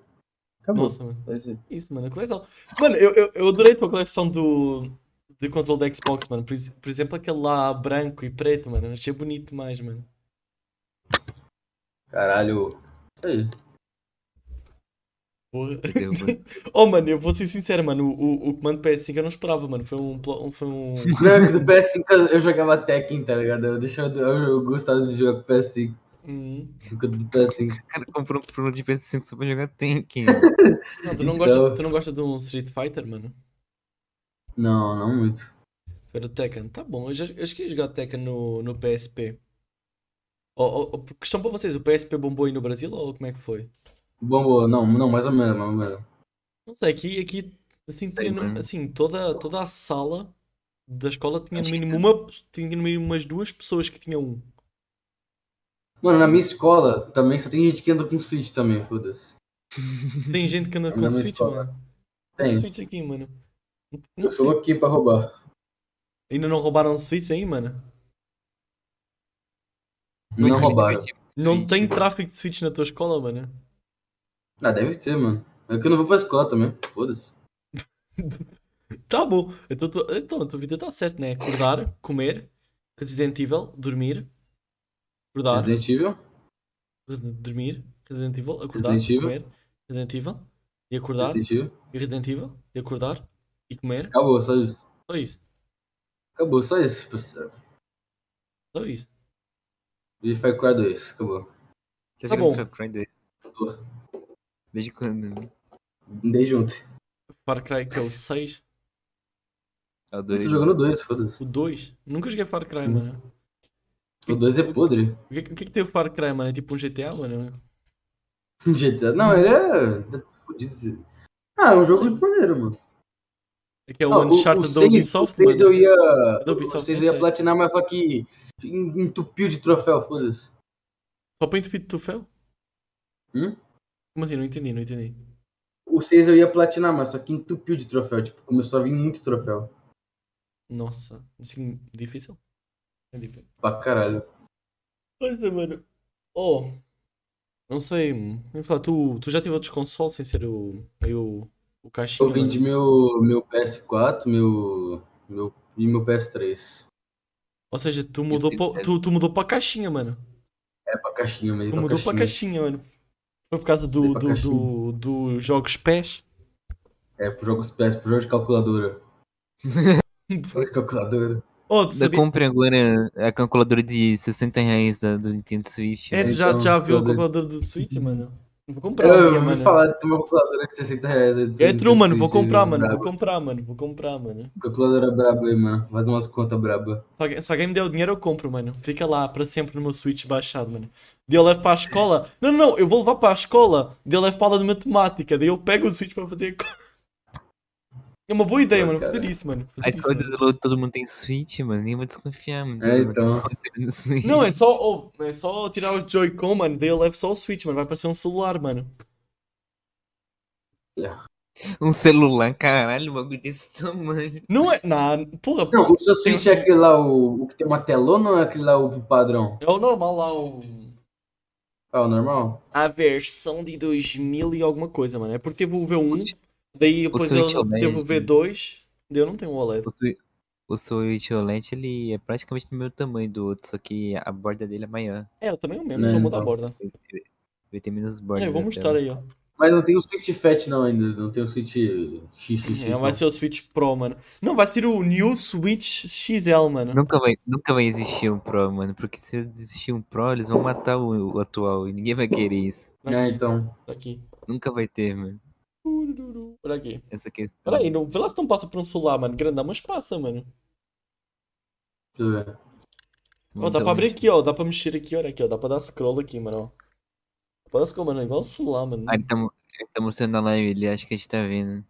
S2: Acabou.
S3: Nossa, mano.
S2: Vai ser.
S3: Isso, mano, a coleção. Mano, eu, eu, eu adorei a tua coleção do, de controle da Xbox, mano. Por, ex- por exemplo, aquele lá branco e preto, mano. Achei bonito mais, mano.
S2: Caralho. Isso aí.
S3: Porra.
S1: Entendeu? Mas-
S3: Oh, mano, eu vou ser sincero, mano. O, o, o comando PS5 eu não esperava, mano. Foi um. plo- um- Foi um...
S2: Não, é que do PS5 eu- eu jogava Tekken, tá ligado? Eu, deixava, eu, eu gostava de jogar com PS5.
S3: Hum.
S2: porque Do PS5.
S1: O cara comprou um controle de PS5 só pra jogar Tekken.
S3: Não, tu, não gosta,
S2: Então-
S3: tu não gosta de um Street Fighter, mano?
S2: Não, não muito.
S3: Era o Tekken. Tá bom, eu, já, eu acho que ia jogar Tekken no, no PSP. Oh, oh, oh, questão para vocês: o PSP bombou aí no Brasil ou como é que foi?
S2: Bom, bom, não, não, mais ou menos, mais ou menos.
S3: Não sei, aqui, aqui assim, tinha, no-
S1: mano.
S3: assim toda, toda a sala da escola tinha no
S1: Acho que
S3: mínimo uma, tinha no mínimo umas duas pessoas que tinham um.
S2: Mano, na minha escola também só tem gente que anda com Switch também, foda-se.
S3: Tem gente que anda
S2: Na
S3: com
S2: minha
S3: Switch,
S2: escola.
S3: mano. Tem
S2: Tem.
S3: Switch aqui, mano. Não
S2: Eu
S3: sei.
S2: sou aqui pra roubar.
S3: Ainda não roubaram Switch aí, mano?
S2: Não roubaram.
S3: Não tem
S1: Tá
S3: tráfego de Switch na tua escola, mano?
S2: Ah, deve ter, mano. É que eu não vou pra escola também. Foda-se.
S3: Tá bom. Então, tu- então a tua vida tá certa, né? Acordar, comer, Resident Evil, dormir, acordar,
S2: Resident Evil?
S3: Resident- dormir, Resident Evil, acordar,
S2: Resident Evil.
S3: comer, Resident Evil, e acordar,
S2: Resident Evil.
S3: e Resident Evil, e acordar, e comer.
S2: Acabou, só isso.
S3: Só isso.
S2: Acabou, só isso, parceiro.
S3: Só isso.
S2: E Far Cry 2, acabou.
S1: Tá
S3: Tá
S1: jogando
S3: bom.
S1: Far Cry desde- Desde quando?
S2: Dei junto.
S3: Far Cry que é o 6.
S1: É o
S2: Eu tô
S1: dois.
S2: jogando dois, foda-se.
S3: O 2? Nunca joguei Far
S2: Hum.
S3: Cry, mano.
S2: O dois é podre. *laughs*
S3: O que, o que é que tem o Far Cry, mano? É tipo um GTA, mano?
S2: GTA. Não, ele é. tá fodido esse- Ah, é um jogo de maneiro, mano.
S3: É que é o
S2: Não,
S3: Uncharted da
S2: seis-
S3: Ubisoft,
S2: Ah, o seis
S3: mano.
S2: eu ia.
S3: É da Ubisoft,
S2: o seis
S3: não
S2: eu ia
S3: sei.
S2: platinar, mas só que en- entupiu de troféu, foda-se.
S3: Só para entupir de troféu?
S2: Hum?
S3: Como assim? Não entendi, não entendi.
S2: O 6 eu ia platinar, mas só que entupiu de troféu. Tipo, começou a vir muito troféu.
S3: Nossa, assim, difícil? É difícil.
S2: Pra caralho.
S3: Pois é, mano. Oh, não sei. Vamos falar, tu, tu já teve outros consoles sem ser o, aí o, o caixinha?
S2: Eu vendi
S3: mano?
S2: meu, meu PS4 meu, meu, e meu PS3.
S3: Ou seja, tu
S1: Isso
S3: mudou,
S1: aí
S3: pra,
S1: parece-
S3: tu, tu mudou pra caixinha, mano.
S2: É pra caixinha
S3: Tu
S2: mesmo.
S3: mudou pra caixinha, mano. Foi por causa do,
S2: Mudei pra
S3: do, do, do jogos pés?
S2: É, pro jogos PS, pro jogo de
S3: *laughs*
S2: calculadora. Jogo de calculadora.
S3: Oh, tu
S1: Eu
S3: sabia...
S1: comprei agora a calculadora de 60 reais da, do Nintendo Switch.
S3: É,
S1: né?
S3: tu já,
S2: então,
S3: já viu a
S2: foda-se.
S3: calculadora do Switch, mano? Não vou comprar, a
S2: Eu
S3: minha,
S2: ouvi
S3: mano.
S2: falar de uma calculadora de 60 reais. aí do-
S3: É true,
S2: do
S3: mano. Vou
S2: Switch, né?
S3: comprar, mano.
S2: braba.
S3: Vou comprar, mano. Vou comprar, mano.
S2: Calculadora braba aí, mano. Fazer umas contas braba.
S3: Se alguém, se alguém me der o dinheiro, eu compro, mano. Fica lá para sempre no meu Switch baixado, mano. Daí eu levo para a escola. Não, não, não. Eu vou levar para a escola. Daí eu levo para a aula de matemática. Daí eu pego o Switch para fazer. a co- *laughs* É uma boa ideia,
S2: Boa,
S3: mano. Vou fazer
S2: cara.
S3: isso, mano. Fazer
S1: A escola
S3: é isso, mano.
S1: desloca, todo mundo tem Switch, mano. Nem vou desconfiar, mano.
S2: É, então.
S3: Não, é só, oh, é só tirar o Joy-Con, mano. Daí eu levo só o Switch, mano. Vai parecer um celular, mano.
S2: É.
S1: Um celular, caralho, um bagulho desse tamanho.
S3: Não é. Não, porra.
S2: Não, o seu
S3: Tem
S2: Switch
S3: um-
S2: é aquele lá, o, o que tem uma telona ou é aquele lá, o padrão?
S3: É o normal lá, o.
S2: É o normal?
S3: a versão de 2000 e alguma coisa, mano. É porque teve o V1, daí depois
S1: Switch
S3: eu-
S1: OLED,
S3: teve
S1: né?
S3: o V2, daí eu não tenho o OLED.
S1: O Swi- O Switch OLED, ele é praticamente do mesmo tamanho do outro, só que a borda dele é maior.
S3: É, eu também é o mesmo,
S2: Né,
S3: só muda a
S2: então.
S3: borda.
S1: Ele tem menos borda.
S3: Olha, eu vou
S1: na
S3: mostrar
S1: tela.
S3: É, aí, ó.
S2: Mas não tem o Switch Fat não ainda, não tem o Switch XXX.
S3: É, vai ser o Switch Pro, mano. Não, vai ser o New Switch XL, mano.
S1: Nunca vai, nunca vai existir um Pro, mano. Porque se existir um Pro, eles vão matar o, o atual e ninguém vai querer isso.
S2: não. É, então.
S3: Olha aqui.
S1: Nunca vai ter, mano.
S3: Tururu. Olha aqui.
S1: Essa questão.
S3: Olha aí, não, vê lá se não passa por um celular, mano. Grandão, mas passa, mano.
S2: Deixa eu ver.
S3: Ó,
S2: então
S1: Então,
S3: dá pra
S2: é
S3: abrir aqui, ó. Dá pra mexer aqui, olha aqui, ó. Dá pra dar scroll aqui, mano, ó. Dá pra dar scroll, mano. É igual o celular, mano.
S1: Ah, ele tá, mo- ele tá mostrando na live, ele acha que a gente tá vendo.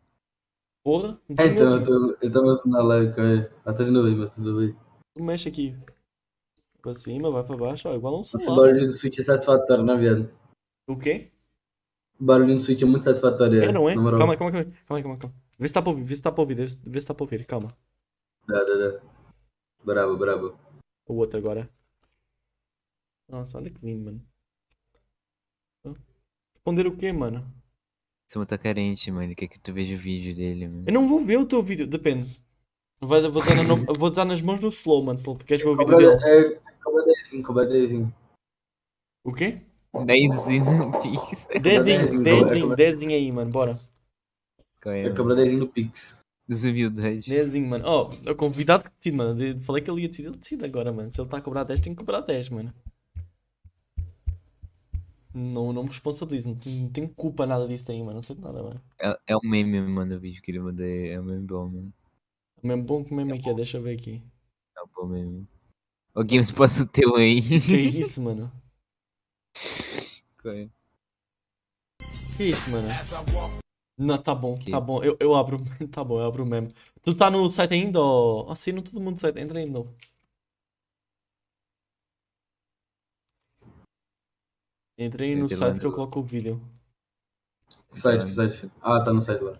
S3: Porra.
S2: É, então, eu
S3: desenho,
S2: tô, eu tô mostrando a live, cara. Mas tá de novo aí, mas tudo bem.
S3: Tu mexe aqui. Pra cima, vai pra baixo, ó, igual a um
S2: Esse
S3: celular.
S2: barulho do Switch é satisfatório, né, viado?
S3: O quê?
S2: O barulho do Switch é muito satisfatório,
S3: É, não é?
S2: na moral.
S3: Calma, calma, calma, calma, calma, calma. Vê se tá pra ouvir, vê se tá pra ouvir, vê se tá pra ouvir, calma.
S2: Dá, dá, dá. Brabo, brabo.
S3: O outro agora. Nossa, olha que lindo, mano. Hã? Responder o quê, mano?
S1: Esse mano tá carente, mano. Ele quer que tu veja o vídeo dele, mano.
S3: Eu não vou ver o teu vídeo, depende. Vai, vou, dar na *laughs* no- vou dar nas mãos no slow, mano, se tu queres ver o vídeo
S2: Cobra,
S3: dele.
S2: é, cobra 10, cobra 10.
S3: O quê?
S1: Daizinho no Pix.
S3: Dezinho,
S2: dezinho,
S3: dezinho,
S2: cobra-
S3: dezinho aí, mano, bora.
S1: Qual é,
S2: É
S1: mano?
S2: cobra 10 no Pix.
S1: Desumildade.
S3: Dezinho, mano. Ó, o convidado que decide, mano. Eu falei que ele ia decidir, ele decide agora, mano. Se ele tá a cobrar 10, tem que cobrar 10, mano. Não, não me responsabilizo, não tenho, não tenho culpa nada disso aí, mano. Não sei de nada, mano.
S1: É, é um meme, mano, o vídeo que ele mandou. É é um meme bom, mano.
S3: Mesmo bom que mesmo aqui é, deixa eu ver *laughs* aqui.
S1: É um bom meme. Ô, Games, passa o teu aí. *laughs*
S3: Que é isso, mano?
S1: Qual é?
S3: Que é isso, mano? Não, tá bom,
S1: Que-
S3: tá bom. Eu, eu abro, *laughs* tá bom, eu abro mesmo. Tu tá no site ainda, ó? Assina todo mundo no site, entra aí de novo. Entrei no
S1: Entrei lá
S3: site que eu
S1: no-
S3: coloco o vídeo. É.
S2: Que site, que site? Ah, tá no site lá.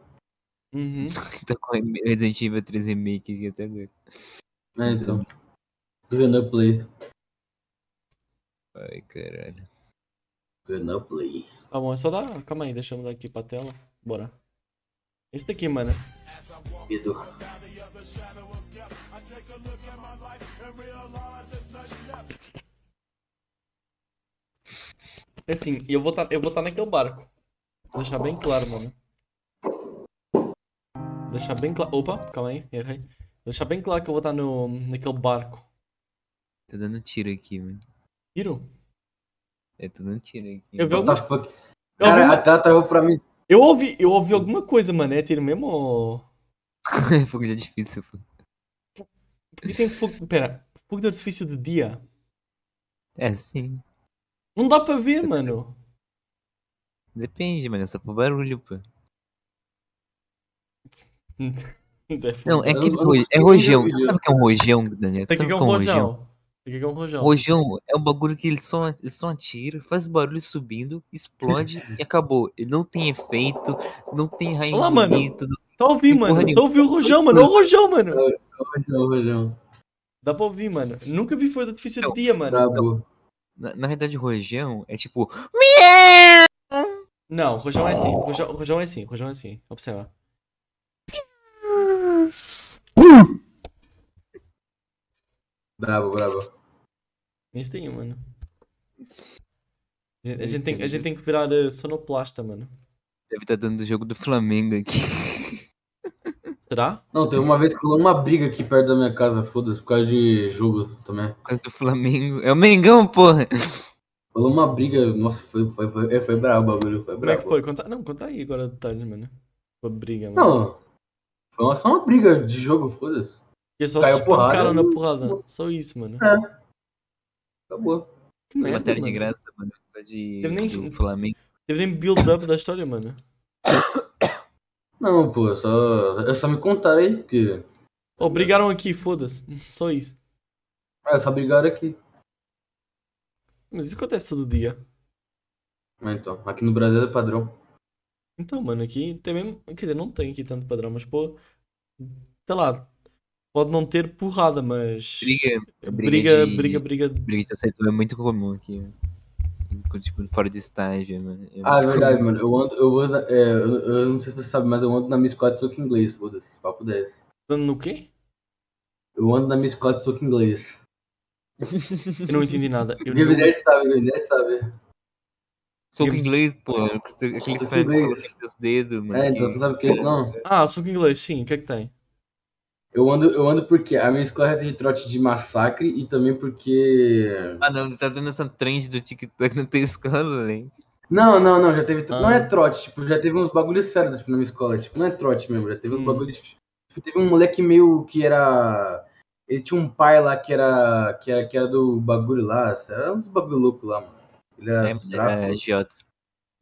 S3: Uhum.
S1: *laughs* Tá com rem- Resident Evil 3 Remake aqui até agora.
S2: É, então. Grenal Play.
S1: Ai, caralho.
S2: Grenal Play.
S3: Tá bom, é só dar. Calma aí, deixa eu mudar aqui pra tela. Bora. Esse daqui, mano.
S2: Medo.
S3: É assim, eu vou tá, eu vou tá naquele barco. Vou deixar bem claro, mano. Deixar bem claro. Opa, calma aí, errei. Vou Deixar bem claro que eu vou estar no, naquele barco.
S1: Tá dando tiro aqui, mano.
S3: Tiro?
S1: É, tá dando tiro aqui.
S3: Eu
S1: *laughs*
S3: vi
S2: What the
S3: alguma
S2: fuck? Tá
S3: Eu ouvi,
S2: Cara,
S3: uma-
S2: a tela travou pra mim.
S3: eu ouvi, eu ouvi alguma coisa, mano. É tiro mesmo ou.
S1: Fogo já é um difícil, pô.
S3: E tem fogo. Pera, fogo de artifício de dia.
S1: É sim.
S3: Não dá para ver, mano.
S1: Depende, mano. É só pro barulho, pô.
S3: Deve-
S1: Não, é
S2: Eu-
S1: aquele
S2: eu não
S1: rojão. É
S2: consigo
S1: rojão.
S2: ver o
S1: Tu sabe o que é um rojão, Daniel? Tu
S3: Sei que
S1: sabe
S3: é um rojão. Sei que é um rojão.
S1: Rojão é um bagulho que ele só, ele só atira, faz barulho subindo,
S2: *laughs*
S1: explode e acabou. Ele não tem efeito, não tem raio
S3: Olha lá, mano.
S1: bonito, não-
S3: Tá a ouvir,
S1: Tem
S3: mano.
S1: porra
S3: Tá a ouvir o rojão, mano. É o rojão, mano.
S2: Rojão, Rojão.
S3: Dá para ouvir, mano. Nunca vi fogo de artifício de dia, mano. então.
S2: Brabo.
S1: Na, na verdade, rojão é tipo.
S3: Não, rojão é assim. Rojão, rojão é assim. Rojão é assim. Observa.
S2: Brabo, brabo.
S3: Isso tem, um, mano. A gente, a gente tem, a gente tem que virar eh, sonoplasta, mano.
S1: Deve estar dando o jogo do Flamengo aqui. *laughs*
S3: Será?
S2: Não, teve uma vez que rolou uma briga aqui perto da minha casa, foda-se, por causa de jogo também.
S1: Por causa do Flamengo. É o Mengão, porra!
S2: Rolou uma briga, nossa, foi, foi, foi, é, foi brabo o bagulho, foi
S3: Como é que
S2: brabo.
S3: foi? Conta... Não, conta aí agora detalhes, mano. A briga, mano.
S2: Não, foi uma- só uma briga de jogo, foda-se.
S3: E só
S2: Caiu
S3: se espancaram
S2: porrada,
S3: na
S2: não-
S3: porrada. Só isso, mano.
S2: Acabou.
S3: Que
S1: Foi
S3: merda,
S1: matéria de
S3: mano.
S1: graça, mano. por causa De,
S3: Eu nem-
S1: do Flamengo.
S3: Teve nem build-up da história, mano.
S2: Não, pô, eu só, eu só me contaram aí, porque
S3: Obrigaram aqui, foda-se. *laughs* Só isso.
S2: é, só brigaram aqui.
S3: Mas isso acontece todo dia.
S2: Mas então, aqui no Brasil é padrão.
S3: Então, mano, aqui tem mesmo. Quer dizer, não tem aqui tanto padrão, mas pô. Sei lá. Pode não ter porrada, mas.
S1: Briga,
S3: Briga,
S1: briga de-
S3: briga, briga.
S1: briga de aceitou é muito comum aqui. mano. Quando, Tipo, fora de estágio, mano. É
S2: Ah, é
S1: muito
S2: verdade,
S1: comum.
S2: mano. Eu ando, eu ando, é, eu, eu não sei se você sabe, mas eu ando na minha escola de soco inglês, foda-se, papo 10.
S3: Dando no quê?
S2: Eu ando na minha escola de soco inglês.
S3: Eu não entendi nada. Eu
S2: Games
S3: não...
S2: Nerd sabe, Games Nerd sabe.
S1: Soco
S3: Digamos-
S1: inglês, pô. Aquele que
S2: Soco
S1: faz
S2: É, inglês.
S1: coloca os dedos, mano.
S2: É,
S1: que-
S2: então você sabe o que é isso, não?
S3: Ah, suco inglês, sim, o que é que tem?
S2: Eu ando, eu ando porque a minha escola já teve trote de massacre e também porque.
S1: Ah, não, tá dando essa trend do TikTok *laughs* na tua escola, velho.
S2: Não, não, não, já teve. tro-
S3: Ah.
S2: Não é trote, tipo, já teve uns bagulhos sérios tipo, na minha escola, tipo, não é trote mesmo, já teve uns
S3: Hum.
S2: bagulhos. Tipo, teve um moleque meio que era. Ele tinha um pai lá que era. que era, que era do bagulho lá, era uns bagulho louco lá, mano. Ele era
S1: É,
S2: do
S1: mano,
S2: tráfico,
S1: era Jota.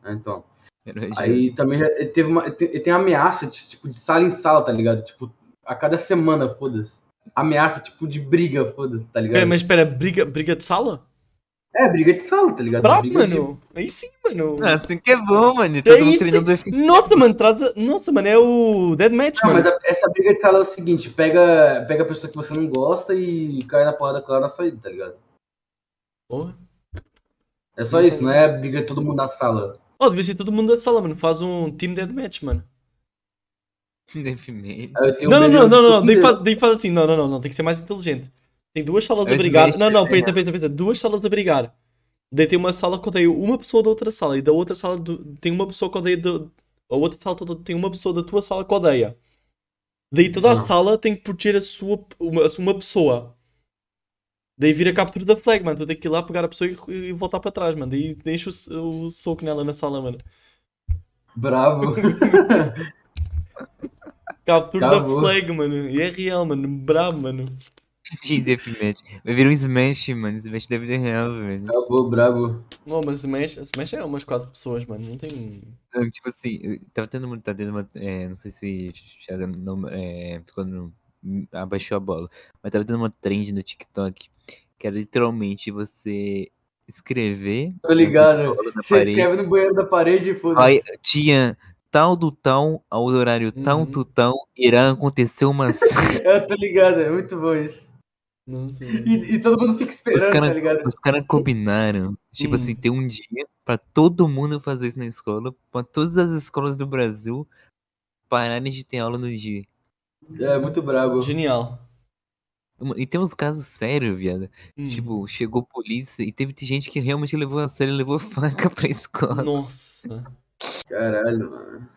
S3: é,
S2: né, então.
S1: Era agiota.
S2: tá Aí também já teve uma. Tem, tem ameaça, de, tipo, de sala em sala, tá ligado? Tipo, a cada semana, foda-se. Ameaça, tipo, de briga, foda-se, tá ligado?
S3: Pera, É, mas espera, briga, briga de sala?
S2: É, briga de sala, tá ligado?
S3: Brabo,
S2: briga de-
S3: mano. Aí sim, mano.
S1: Ah, assim que é bom, mano.
S3: É
S1: Todo mundo
S3: isso
S1: treinando UFC.
S3: Nossa, mano, traz. a- Nossa, mano, é o Deadmatch,
S2: Não,
S3: mano.
S2: mas a- essa briga de sala é o seguinte, pega, pega a pessoa que você não gosta e cai na porrada com ela na saída, tá ligado?
S3: Porra.
S2: É só isso, não é briga de todo mundo na sala.
S3: Oh, devia ser todo mundo da sala, mano. Faz um team deathmatch, mano.
S1: *laughs* Defimento.
S2: Aí eu tenho
S3: Não,
S2: um
S3: não, não,
S2: melhor
S3: não, não.
S2: do
S3: Daí
S2: que-
S3: faz, daí faz assim, não, não, não, não. Tem que ser mais inteligente. Tem duas salas
S1: É
S3: a
S1: isso
S3: brigar.
S1: mesmo,
S3: Não, não,
S1: é.
S3: pensa, pensa, pensa. Duas salas a brigar. Daí tem uma sala que odeia uma pessoa da outra sala. E da outra sala do- tem uma pessoa que odeia. do- A outra sala toda tem uma pessoa da tua sala que odeia. Daí toda a
S2: Não.
S3: sala tem que proteger a sua, uma, a sua- uma pessoa. Daí vira a captura da flag, mano. Tu tem que ir lá pegar a pessoa e, e voltar para trás, mano. Daí deixa o, o soco nela na sala, mano. *laughs*
S2: Bravo.
S3: Captura
S2: Acabou.
S3: da flag, mano. E é real, mano. Brabo, mano.
S1: De Defimento. Vai vir um Smash, mano. Smash da vida real, velho.
S2: Bravo, bravo.
S3: Não, mas Smash, Smash é umas quatro pessoas, mano. Não tem.
S1: Não, Tipo assim, eu- tava tendo uma. Tá tendo uma é, não sei se já não, é, ficou no- abaixou a bola. Mas tava tendo uma trend no TikTok que era literalmente você escrever.
S2: Tô ligado.
S1: bola na
S2: Você
S1: parede.
S2: escreve no banheiro da parede e foda-se.
S1: Aí tinha tal do tal, ao horário tal
S3: Uhum.
S1: do tal, irá acontecer uma ação.
S2: *laughs* Eu tô ligado, é muito bom isso.
S3: Não sei.
S2: E, e todo mundo fica esperando,
S1: cara-
S2: tá
S1: *laughs*
S2: ligado?
S1: Os caras combinaram, tipo
S3: Hum.
S1: assim, ter um dia pra todo mundo fazer isso na escola, pra todas as escolas do Brasil pararem de ter aula no dia.
S2: É muito brabo.
S3: Genial.
S1: Uma- E tem uns casos sérios, viado.
S3: Hum.
S1: Tipo, chegou polícia e teve gente que realmente levou a sério, levou *laughs* faca pra escola.
S3: Nossa.
S2: Caralho, mano.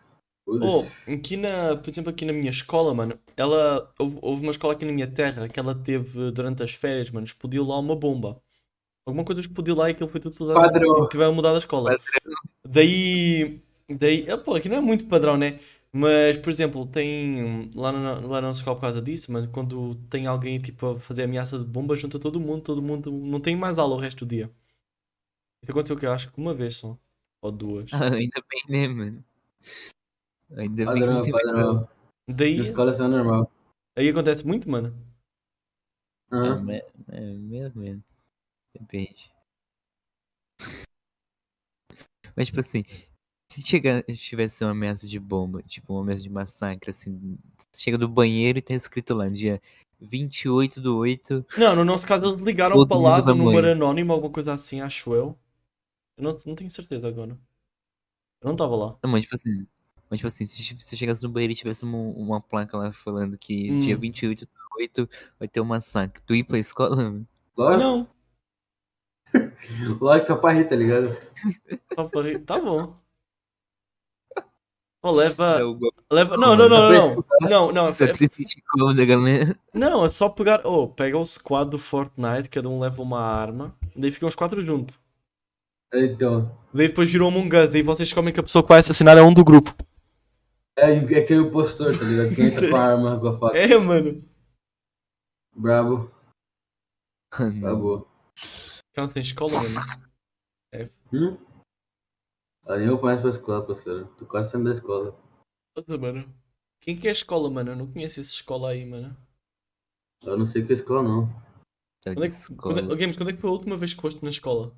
S3: Oh,
S2: Foda-se.
S3: aqui na. Por exemplo, aqui na minha escola, mano. Ela. Houve, houve uma escola aqui na minha terra que ela teve durante as férias, mano. Explodiu lá uma bomba. Alguma coisa explodiu lá e aquilo foi tudo usado.
S2: Padrão.
S3: E tiveram mudado a escola. Daí. Daí. Ah, pô, aqui não é muito padrão, né? Mas, por exemplo, tem. Lá no, lá no nosso escola por causa disso, mano, quando tem alguém tipo a fazer ameaça de bomba, junta todo mundo, todo mundo. Não tem mais aula o resto do dia. Isso aconteceu o que eu acho que uma vez só. Ou duas.
S1: Ainda bem, né, mano? Ainda bem que
S2: Padrão,
S1: não tem mais aula.
S2: padrão.
S3: Daí.
S2: Na escola isso é normal.
S3: Aí acontece muito, mano.
S1: Ah,
S2: Aham.
S1: me- É mesmo, mesmo. Depende. Mas, tipo assim, se chega, tivesse uma ameaça de bomba, tipo uma ameaça de massacre, assim, chega do banheiro e tá escrito lá, dia 28 do 8,
S3: Não, no nosso caso eles ligaram
S1: Todo
S3: para
S1: mundo
S3: lá
S1: vai
S3: do número
S1: morrer.
S3: anónimo, alguma coisa assim, acho eu. Eu não, não tenho certeza agora. Eu não estava lá.
S1: Não, mas tipo assim. Mas tipo assim, se, se eu chegasse no banheiro e tivesse uma, uma placa lá falando que
S3: Hum.
S1: dia 28 do 8 vai ter um massacre. Tu ir pra escola? mano?
S2: Lógico,
S3: Não,
S2: lógico, só pra rir, tá ligado?
S3: tá, pra rir. Tá bom. Pô, leva,
S1: Dá É o golpe
S3: leva. Não, não, não, não. Não, não, não,
S1: da
S3: é-
S1: triste da galera.
S3: não, é só pegar. Oh, pega o squad do Fortnite, cada um leva uma arma, daí ficam os quatro juntos.
S2: Então,
S3: Daí depois viram Among Us, daí vocês descobrem que a pessoa que vai assassinar é um do grupo.
S2: é, é quem é o impostor, tá ligado? Quem entra com a arma, com a faca.
S3: É, mano.
S2: Brabo,
S1: *laughs*
S3: Tá
S1: Ah, não.
S2: acabou.
S3: Cara, não tem Então, assim, escola, mano.
S2: Hum? Aí eu começo pra escola, parceiro. Tô quase saindo da escola.
S3: Puta, mano. Quem que é a escola, mano? Eu não conheço essa escola aí, mano.
S2: Eu não sei que é escola, não.
S1: Tá
S3: Quando é
S1: de
S3: que, quando é-
S1: escola.
S3: oh, Games, quando é que foi a última vez que foste na escola?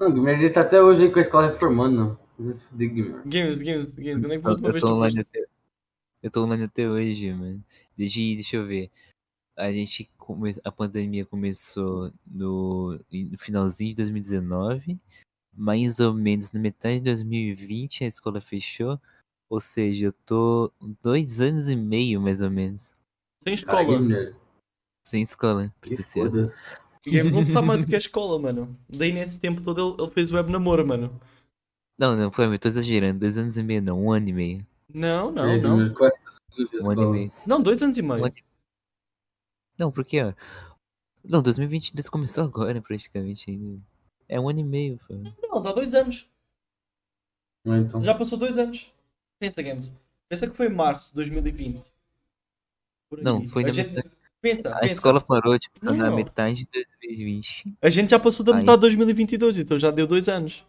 S2: Não, Guilherme, ele tá até hoje aí com a escola reformando, não. Não se fuder, Guilherme.
S3: Games, Games, Games, quando é que foi a
S1: Eu,
S3: última
S1: eu
S3: vez
S1: tô
S3: que tu
S1: online
S3: foste?
S1: até. Eu tô online até hoje, mano. Desde, deixa eu ver. A gente come... a pandemia começou no, em- no finalzinho de 2019, mais ou menos na metade de 2020 a escola fechou. Ou seja, eu tô dois anos e meio, mais ou menos,
S3: Sem
S2: Cara,
S3: escola.
S2: Guilherme.
S1: sem escola,
S2: que
S1: precisa ser.
S2: foda.
S3: Games não sabe mais o que é escola, mano. Daí nesse tempo todo ele, ele fez web namoro, mano.
S1: Não, não, foi, eu tô exagerando, dois anos e meio não, um ano e meio.
S3: Não, não,
S2: Aí,
S3: não.
S2: Guilherme, quase tá saindo da
S1: Um ano e
S2: escola.
S1: meio.
S3: Não, dois anos e meio.
S1: What? Não, porque, ó. Não, 2022 começou agora, praticamente. ainda. É um ano e meio, pô.
S3: Não, dá dois anos.
S2: Não, então.
S3: Já passou dois anos. Pensa, Games. Pensa que foi em março de 2020. Por aí.
S1: Não, foi
S3: a
S1: na
S3: gente...
S1: metade.
S3: Pensa,
S1: A
S3: pensa.
S1: escola parou, tipo, só na
S3: Não.
S1: metade de 2020.
S3: A gente já passou da
S1: Ai.
S3: metade de 2022, então já deu dois anos.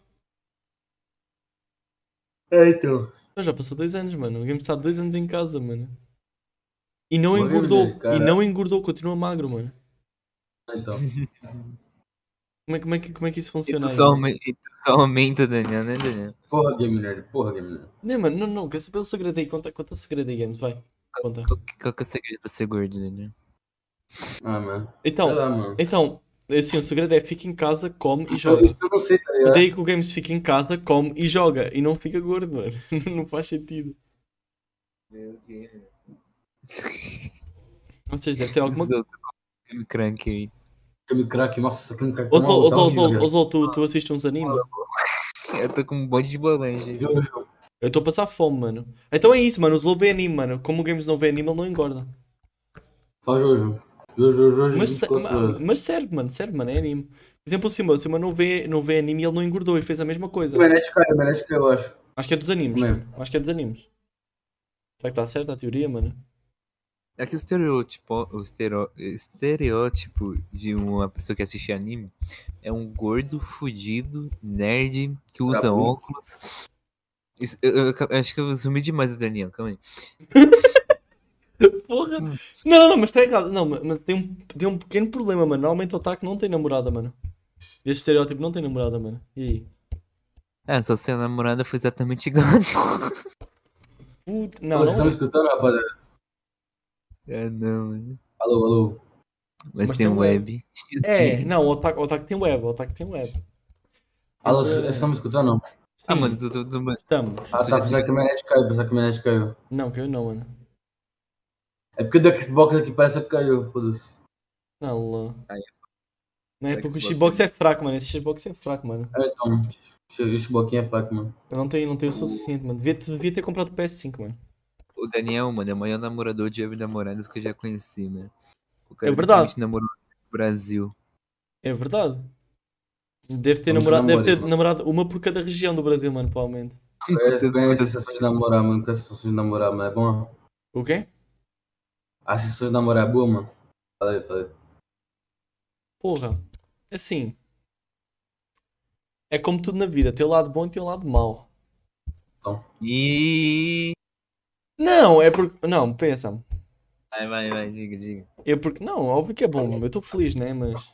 S2: É, então.
S3: Não, já passou dois anos, mano. O game está dois anos em casa, mano. E não
S2: Olha,
S3: engordou.
S2: velho, cara.
S3: E não engordou, continua magro, mano.
S2: Ah, Então.
S3: Como é, como é, que, como é que isso
S1: E
S3: funciona
S1: tu
S3: aí?
S1: só, aume- e tu só aumenta, Daniel, né, Daniel?
S2: Porra, Game Nerd. Porra, Game Nerd.
S3: Não, Né, mano, não, não. Quer saber o segredo aí? Conta, conta o segredo aí, Games, vai. Conta.
S1: Qual, que- qual que é o segredo pra ser gordo, Daniel?
S2: Ah, mano. Sei
S3: Então,
S2: lá, mano.
S3: então, assim, o segredo é fica em casa, come e
S2: Isso
S3: joga.
S2: isso eu não sei, tá
S3: E
S2: ligado?
S3: daí que o Games fica em casa, come e joga. E não fica gordo, mano. *laughs* Não faz sentido.
S1: Meu Deus.
S3: Vocês devem ter alguma
S1: é,
S3: coisa.
S1: crank aí.
S2: Filme crack, nossa, esse filme crack. tá
S3: Oslo,
S2: mal, tá
S3: Oslo,
S2: horrível,
S3: Oslo,
S2: velho.
S3: Oslo, tu, tu assistes uns animes?
S1: Eu tô com um bode de bolange. aí.
S2: Jojo.
S3: Eu estou a passar fome, mano. Então é isso, mano. O Slow vê anime, mano. Como o Games não vê anime, ele não engorda.
S2: Só Jojo. Jojo, Jojo.
S3: Mas, se-
S2: 24
S3: ma-
S2: horas.
S3: mas serve, mano. Serve, mano. É anime. Por exemplo, o Simba. O Simba não vê, não vê anime e ele não engordou e fez a mesma coisa.
S2: Merece caiu, merece caiu, eu acho.
S3: Acho que é dos animes.
S2: Não é?
S3: mano. Acho que é dos animes. Será que está certa a teoria, mano?
S1: É que o estereotipo, o estereo- estereótipo de uma pessoa que assiste anime é um gordo, fudido, nerd, que usa
S2: Vagabundo.
S1: óculos. Isso- eu- eu- eu acho que eu sumi demais o Daniel, calma aí.
S3: Porra! Não, não, não, mas está errado. Não, mas mas tem um, tem um pequeno problema, mano. Normalmente o Otaku não tem namorada, mano. Esse estereótipo não tem namorada, mano. E aí?
S1: Ah, só se a namorada foi exatamente igual. a tua.
S3: Puta-
S2: Vocês
S3: Não, é. não.
S2: estão escutando, rapaziada?
S1: *laughs* ah, não, mano.
S2: Alô, alô.
S1: Mas,
S3: Mas
S1: tem
S3: tem
S1: um web.
S3: É, não. O Otaku, o otaku tem web. O Otaku tem web.
S2: Alô,
S3: É.
S2: vocês estão me escutando? não?
S3: Sim,
S1: Ah, mano, tu, tu, tu, mano,
S3: estamos.
S2: Ah, tá,
S3: é
S2: pensar que a internet caiu, pensar que a internet caiu.
S3: Não, que eu não, mano.
S2: É porque do Xbox aqui parece que caiu, foda-se.
S3: Não, lá.
S1: Aí
S3: Não Ah, é
S1: O
S3: porque o
S1: Xbox
S3: Xbox é fraco, mano. Esse Xbox é fraco, mano.
S2: É, então, esse bloquinho é fraco, mano.
S3: Eu não tenho, não tenho o suficiente, mano. Devia, tu devia ter comprado o PS5, mano.
S1: o Daniel, mano, é o maior namorador de web namoradas que eu já conheci, mano. O
S3: É verdade.
S1: literalmente namorou no Brasil.
S3: É verdade. Deve ter,
S2: Vamos
S3: namorado, deve
S2: namorar,
S3: ter
S2: então.
S3: namorado uma por cada região do Brasil, mano, provavelmente.
S1: *laughs*
S2: Eu ganho as sessões de namorar, mano. Com as sessões de namorar, mano. É bom?
S3: O quê?
S2: As sessões de namorar é boa, mano? Falei, falei.
S3: Porra, assim. É como tudo na vida, tem o lado bom e tem o lado mau.
S1: E.
S3: Não, é porque. Não, pensa.
S1: Vai, vai, vai, diga, diga.
S3: É porque. Não, óbvio que é bom, eu estou feliz, né? Mas.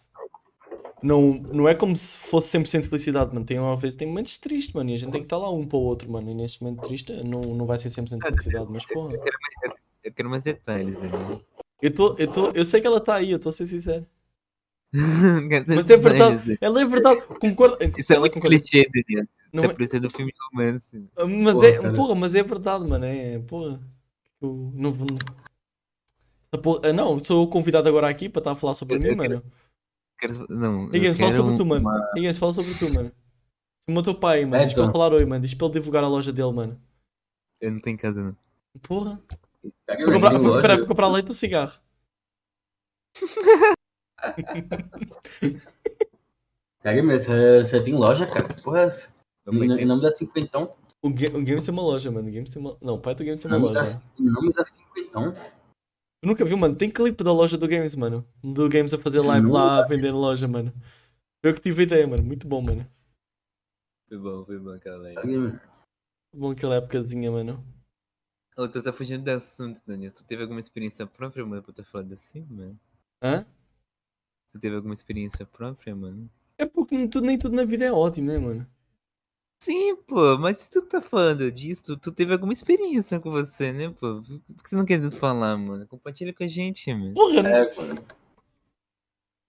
S3: Não, não é como se fosse 100% felicidade, mano. Tem, às vezes tem momentos tristes, mano. E a gente tem que estar lá um para o outro, mano. E neste momento triste não, não vai ser 100% felicidade, mas porra.
S1: Eu quero mais, eu- eu quero mais detalhes, Daniel. *laughs*
S3: Eu, tô, eu, tô, eu sei que ela está aí, eu estou a ser sincero.
S1: Eu quero
S3: Mas
S1: mais
S3: é verdade,
S1: detalhes, Daniel.
S3: ela é verdade. Concordo.
S1: Isso é
S3: ela
S1: muito
S3: concorda.
S1: clichê, Daniel.
S3: Não
S1: Tá
S3: é-
S1: parecendo um filme de romance.
S3: Mas
S2: Porra,
S3: é,
S2: cara.
S3: porra, mas é verdade, mano. É, porra. Eu não vou. Essa porra- ah, Não, sou convidado agora aqui para estar a falar sobre
S1: Eu-
S3: mim,
S1: eu
S3: mano.
S1: Quero- não, eu
S3: Ninguém fala
S1: quero um
S3: sobre tu, mano.
S1: uma-
S3: Ninguém fala sobre tu, mano. Chama o teu pai, mano. Diz para ele
S2: Então.
S3: falar oi, mano. Diz para ele divulgar a loja dele, mano.
S1: Eu não tô em casa, não.
S3: Porra.
S2: Pega
S3: Vou
S2: mais
S3: comprar,
S2: de
S3: vou,
S2: loja.
S3: peraí, vou comprar leite ou cigarro?
S2: Caguei mesmo, você- é, você tem loja, cara? Que Porra, é essa?
S1: Eu
S2: Em
S1: vou
S2: em
S1: entender.
S2: nome da cinquentão.
S3: O, ga- o Games tem uma loja, mano. O Games tem uma... Não, o pai do Games
S2: Em
S3: tem uma
S2: nome da,
S3: loja. né?
S2: em nome da cinquentão.
S3: Tu nunca viu, mano? Tem clipe da loja do Games, mano. Do Games a fazer live lá, a vender loja, mano. Eu que tive a ideia, mano. Muito bom, mano.
S1: Foi bom, foi bom aquela lei.
S2: Caguei mesmo.
S3: Bom aquela épocazinha, mano.
S1: Ô, tu tá fugindo do assunto, Daniel. Tu teve alguma experiência própria, mano, pra tu falando assim, mano?
S3: Hã?
S1: Tu teve alguma experiência própria, mano?
S3: É porque nem tudo, nem tudo na vida é ótimo, né, mano?
S1: Sim, pô, mas se tu tá falando disso, tu, tu teve alguma experiência com você, né, pô? Por que você não quer falar, mano? Compartilha com a gente, mano.
S3: Porra,
S2: É, mano.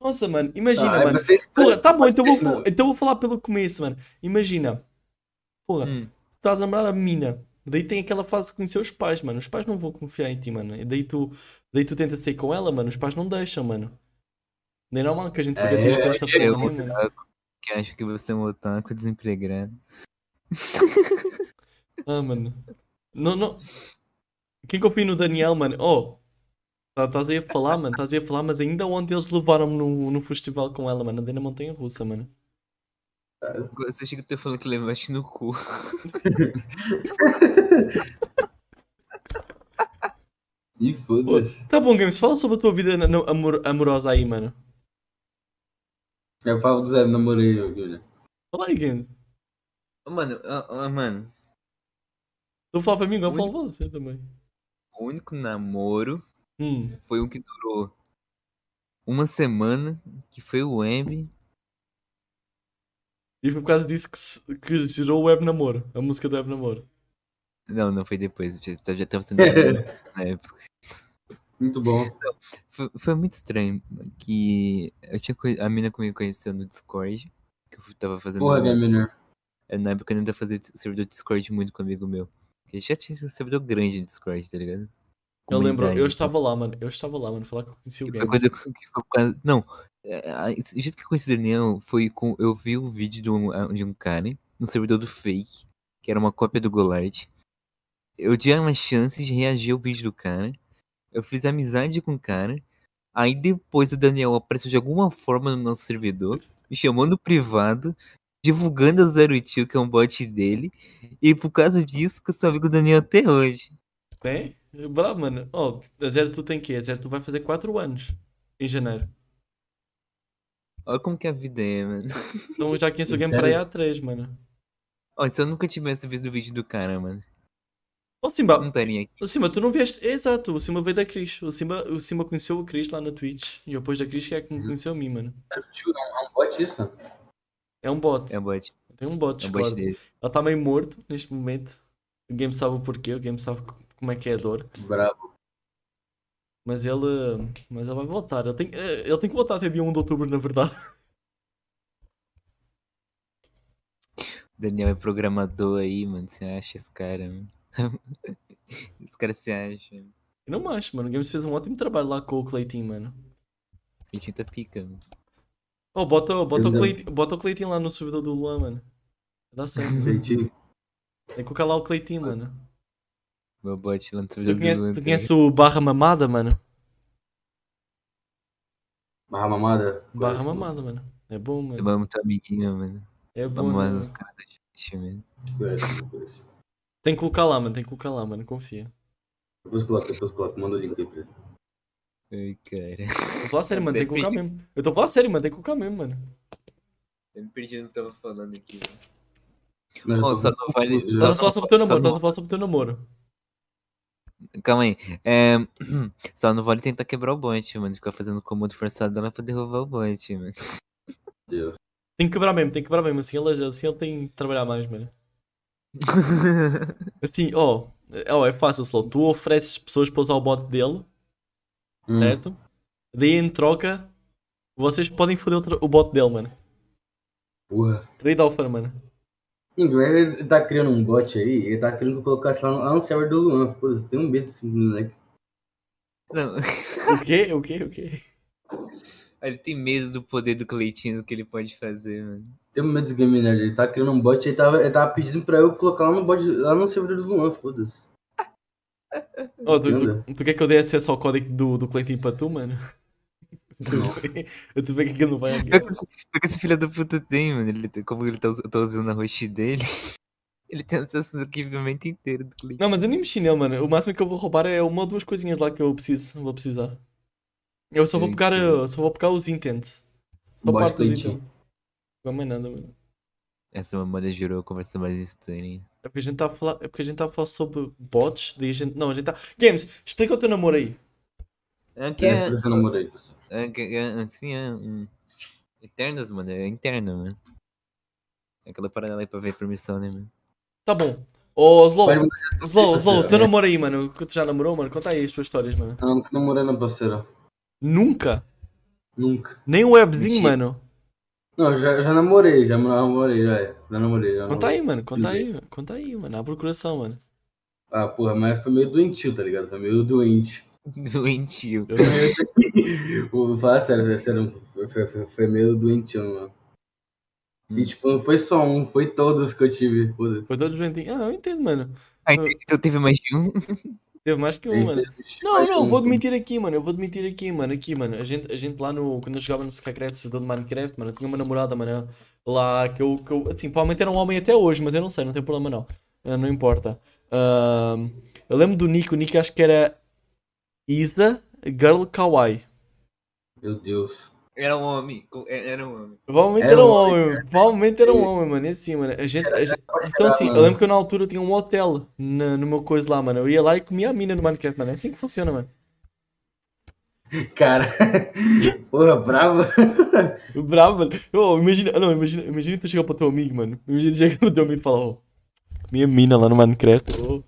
S3: nossa, mano, imagina,
S2: Ah, é
S3: mano.
S2: vocês-
S3: Porra, tá bom, então
S2: Isso
S3: vou,
S2: não-
S3: então vou falar pelo começo, mano. Imagina, porra,
S1: Hum.
S3: tu estás a namorar a mina, daí tem aquela fase de conhecer os pais, mano. Os pais não vão confiar em ti, mano. E daí tu, daí tu tenta sair com ela, mano. Os pais não deixam, mano. Nem normal que a gente fica
S2: É,
S3: triste com essa porra,
S1: eu-
S3: né, mano?
S1: Que acha que você é um otaku desempregado.
S3: Ah, mano. Não, não. Quem confia no Daniel, mano? Oh, estás aí a falar, mano. Estás aí a falar, mas ainda ontem eles levaram-me no, no festival com ela, mano. Andei na Montanha Russa, mano.
S1: Você chega que tu falando que levaste no cu.
S2: Ih, foda-se.
S3: Tá bom, Games, fala sobre a tua vida na- na- amor- amorosa aí, mano.
S2: Eu falo do Zé, namorei, *laughs* Guilherme.
S3: Fala aí, Games.
S1: Ô, Mano, ó, ó, mano,
S3: Tu Então fala para mim, agora fala para você também.
S1: o único namoro
S3: Hum.
S1: foi um que durou uma semana, que foi o M.
S3: E foi por causa disso que, se- que gerou o Web Namoro, a música do Web Namoro.
S1: Não, não foi depois, já, tá- já
S2: *laughs*
S1: tava sendo namoro na época.
S2: Muito bom.
S1: Foi, foi muito estranho, mano, que eu tinha conhe- a mina que me conheceu no Discord, que eu tava fazendo...
S2: Porra, Game Menor.
S1: É, Na época eu ainda fazia dis- servidor Discord muito com um amigo meu. Ele já tinha um servidor grande de Discord, tá ligado?
S3: Eu lembro, eu
S1: Comunidade,
S3: estava lá, mano. Eu estava lá, mano. Falar que eu conheci o
S1: Que foi
S3: Games.
S1: coisa que que foi por causa. Não, é, a- o jeito que eu conheci o Daniel foi com. Eu vi um vídeo de um, ah, de um cara no servidor do fake, que era uma cópia do Golart. Eu dei uma chance de reagir ao vídeo do cara. Eu fiz amizade com o cara. Aí depois o Daniel apareceu de alguma forma no nosso servidor, me chamou no privado, divulgando a Zero Tio, que é um bot dele. E por causa disso que eu sou amigo do Daniel até hoje.
S3: Né? Bravo, mano. Ó, a Zero tu tem quê? A Zero tu vai fazer 4 anos em janeiro.
S1: Olha como que a vida é, mano. *laughs*
S3: Então eu já conheço o game para aí há 3, mano.
S1: Ó, se eu nunca tivesse visto o vídeo do cara, mano,
S3: Ó, Simba,
S1: não estaria aqui.
S3: o Simba, tu não vieste. é, Exato, o Simba veio da Cris. O Simba, o Simba conheceu o Cris lá na Twitch. E depois da Cris que é que me conheceu a mim, mano.
S2: Juro, é um bot isso?
S3: É um bot.
S1: É o bot.
S3: Tem um bot,
S1: É o bot
S3: Discord.
S1: dele.
S3: Ela tá meio morto neste momento. O game sabe o porquê, o game sabe co- como é que é a dor.
S2: *laughs* Bravo.
S3: Mas ele. Mas ele vai voltar. Ele tem, eh, ele tem que voltar até dia 1 de outubro, na verdade. *laughs*
S1: Daniel é programador aí, mano. Você acha esse cara, mano? *laughs* esse cara se acha.
S3: Eu não acho, mano. O Games fez um ótimo trabalho lá com o Cleitinho, mano.
S1: Vitinho tá pica, mano.
S3: Oh, bota, bota, o
S2: Entendeu?
S3: Cleitinho, bota o Cleitinho lá no servidor do Luan, mano. Dá certo.
S2: *laughs* Gente,
S3: Tem que colocar lá o Cleitinho, mano.
S1: Meu bot lá no
S3: Tu
S1: servidor do
S3: conhece,
S1: Luan,
S3: tu
S1: tá
S3: conhece o Barra Mamada, mano?
S2: barra mamada. um
S3: Barra
S2: Conheço.
S3: Mamada, mano. É bom,
S1: ligado?
S3: mano.
S1: Vamos teu amiguinho, mano.
S3: É bom,
S1: Vamos
S3: mano.
S2: tipo,
S1: nas caras da gente, mano.
S2: é, Conheço, conheço.
S3: Tem que colocar lá, mano. Tem que colocar lá, mano. Confia.
S2: Depois coloca, depois coloca. Manda o link aí pra ele.
S1: Ai, cara.
S3: Estou a falar sério, mano. Tem que colocar
S1: Depende.
S3: mesmo. Eu estou a falar sério, mano. Tem que colocar mesmo, mano.
S1: *laughs* Eu me perdi no que tava falando aqui.
S2: Não, eu
S1: Pô,
S2: tô-
S1: só não vale.
S2: Eu
S1: só
S3: Estás a falar sobre o teu
S1: só
S3: namoro.
S1: não-
S3: Estás a falar sobre o teu namoro.
S1: Calma aí. É, *clears throat* Só não vale tentar quebrar o bonde, mano. Ficar fazendo comando forçado lá pra derrubar o bonde, mano. *laughs*
S2: Deus.
S3: Tem que quebrar mesmo. Tem que quebrar mesmo. Assim ele, assim ele tem que trabalhar mais, mano. Assim, ó. é- ó, é fácil, Slow. Tu ofereces pessoas para usar o bot dele,
S2: Hum,
S3: certo? Daí em troca, vocês podem foder o tra- o bot dele, mano.
S2: porra.
S3: Trade offer, mano.
S2: Ninguém- Ele tá criando um bot aí, ele tá querendo que eu colocasse lá no, lá no server do Luan. Pô, você tem um medo desse moleque.
S1: Não,
S3: O quê? O quê? O quê?
S1: ele tem medo do poder do Cleitinho, do que ele pode fazer, mano.
S2: Tem um medo desse Game Nerd, ele tá criando um bot, ele tava, ele tava pedindo pra eu colocar lá no bot, lá no servidor do Luan, foda-se.
S3: Ó, tu,
S2: Entenda.
S3: tu, tu quer que eu dê acesso ao código do, do Cleitinho para tu, mano? *laughs* Eu tô vendo que aquilo não vai aqui.
S1: Pior que esse, pior que esse filho da puta tem, mano. Ele, tem- como ele tá, us- eu tô usando a host dele, *laughs* ele tem acesso no equipamento inteiro do Cleitinho.
S3: Não, mas eu nem mexi nele, mano. O máximo que eu vou roubar é uma ou duas coisinhas lá que eu preciso, vou precisar. Eu só vou
S1: Sim,
S3: pegar,
S1: sim.
S3: eu só vou pegar os intents. Só
S2: Bosta,
S3: parte dos
S2: Cleitinho.
S3: intents. Não é mais nada, mano.
S1: Essa mamada girou a conversa mais estranha.
S3: É porque a gente tá a falar, é porque a gente tá a falar sobre bots, daí a gente, não, a gente tá Games, explica o teu namoro aí.
S1: Aqui
S2: É,
S1: é.
S2: você namorou ele, você.
S1: Assim é. hum, Eternos, mano. É interno, mano. É Aquela parada lá pra ver permissão, né, mano? *laughs*
S3: Tá bom. Ô, Slow,
S2: Pode
S3: Slow, Slow, teu
S2: parceiro.
S3: namoro aí, mano. Que tu já namorou, mano? Conta aí as tuas histórias, mano.
S2: Não, que namorando, parceiro.
S3: Nunca.
S2: Nunca.
S3: Nem o webzinho,
S1: Mentira.
S3: mano.
S2: Não, já, já namorei, já namorei, já é. Já namorei, já
S3: Conta
S2: namorei.
S3: aí, mano. Conta aí, mano. conta aí, mano. Há procuração, mano.
S2: Ah, porra, mas foi meio doentio, tá ligado? Foi meio doente. *laughs*
S1: Doentio.
S3: Eu-
S2: Vou falar sério, sério, foi, foi- foi meio doentio, mano.
S3: Hum.
S2: E tipo, não foi só um, foi todos que eu tive, foda-se.
S3: Foi todos doentinhos. Ah, eu entendo, mano.
S1: Ah, então- então teve mais de um?
S3: Teve mais que um,
S2: Tem
S3: mano.
S2: três que
S3: Não,
S2: faz
S3: não,
S2: um,
S3: vou admitir aqui, mano. Eu vou admitir aqui, mano. Aqui, mano. A gente, a gente lá no. Quando eu jogava no Skycraft, servidor de Minecraft, mano, eu tinha uma namorada, mano. Lá que eu. Que eu assim, provavelmente era um homem até hoje, mas eu não sei, não tem problema não. Ah, Não importa. Ahm, eu lembro do Nick, o Nick acho que era. Isa Girl Kawaii.
S2: Meu Deus. *laughs*
S1: Era um homem. co- é- Era um homem.
S3: Provavelmente
S2: Era
S3: era um
S2: um
S3: homem, provavelmente era um
S2: Sim.
S3: homem, mano. E assim, mano. A gente, a gente-
S2: era, um
S3: então, assim, eu
S2: mano.
S3: lembro que eu na altura tinha um hotel na- no meu coisa lá, mano. Eu ia lá e comia a mina no Minecraft, mano. É assim que funciona, mano.
S2: Cara, *laughs* porra, brava.
S3: Bravo, mano. Oh, imagina, não, imagina, imagina tu chegar para o teu amigo, mano. Imagina tu chegar para o teu amigo e falar, oh, minha mina lá no Minecraft. Oh.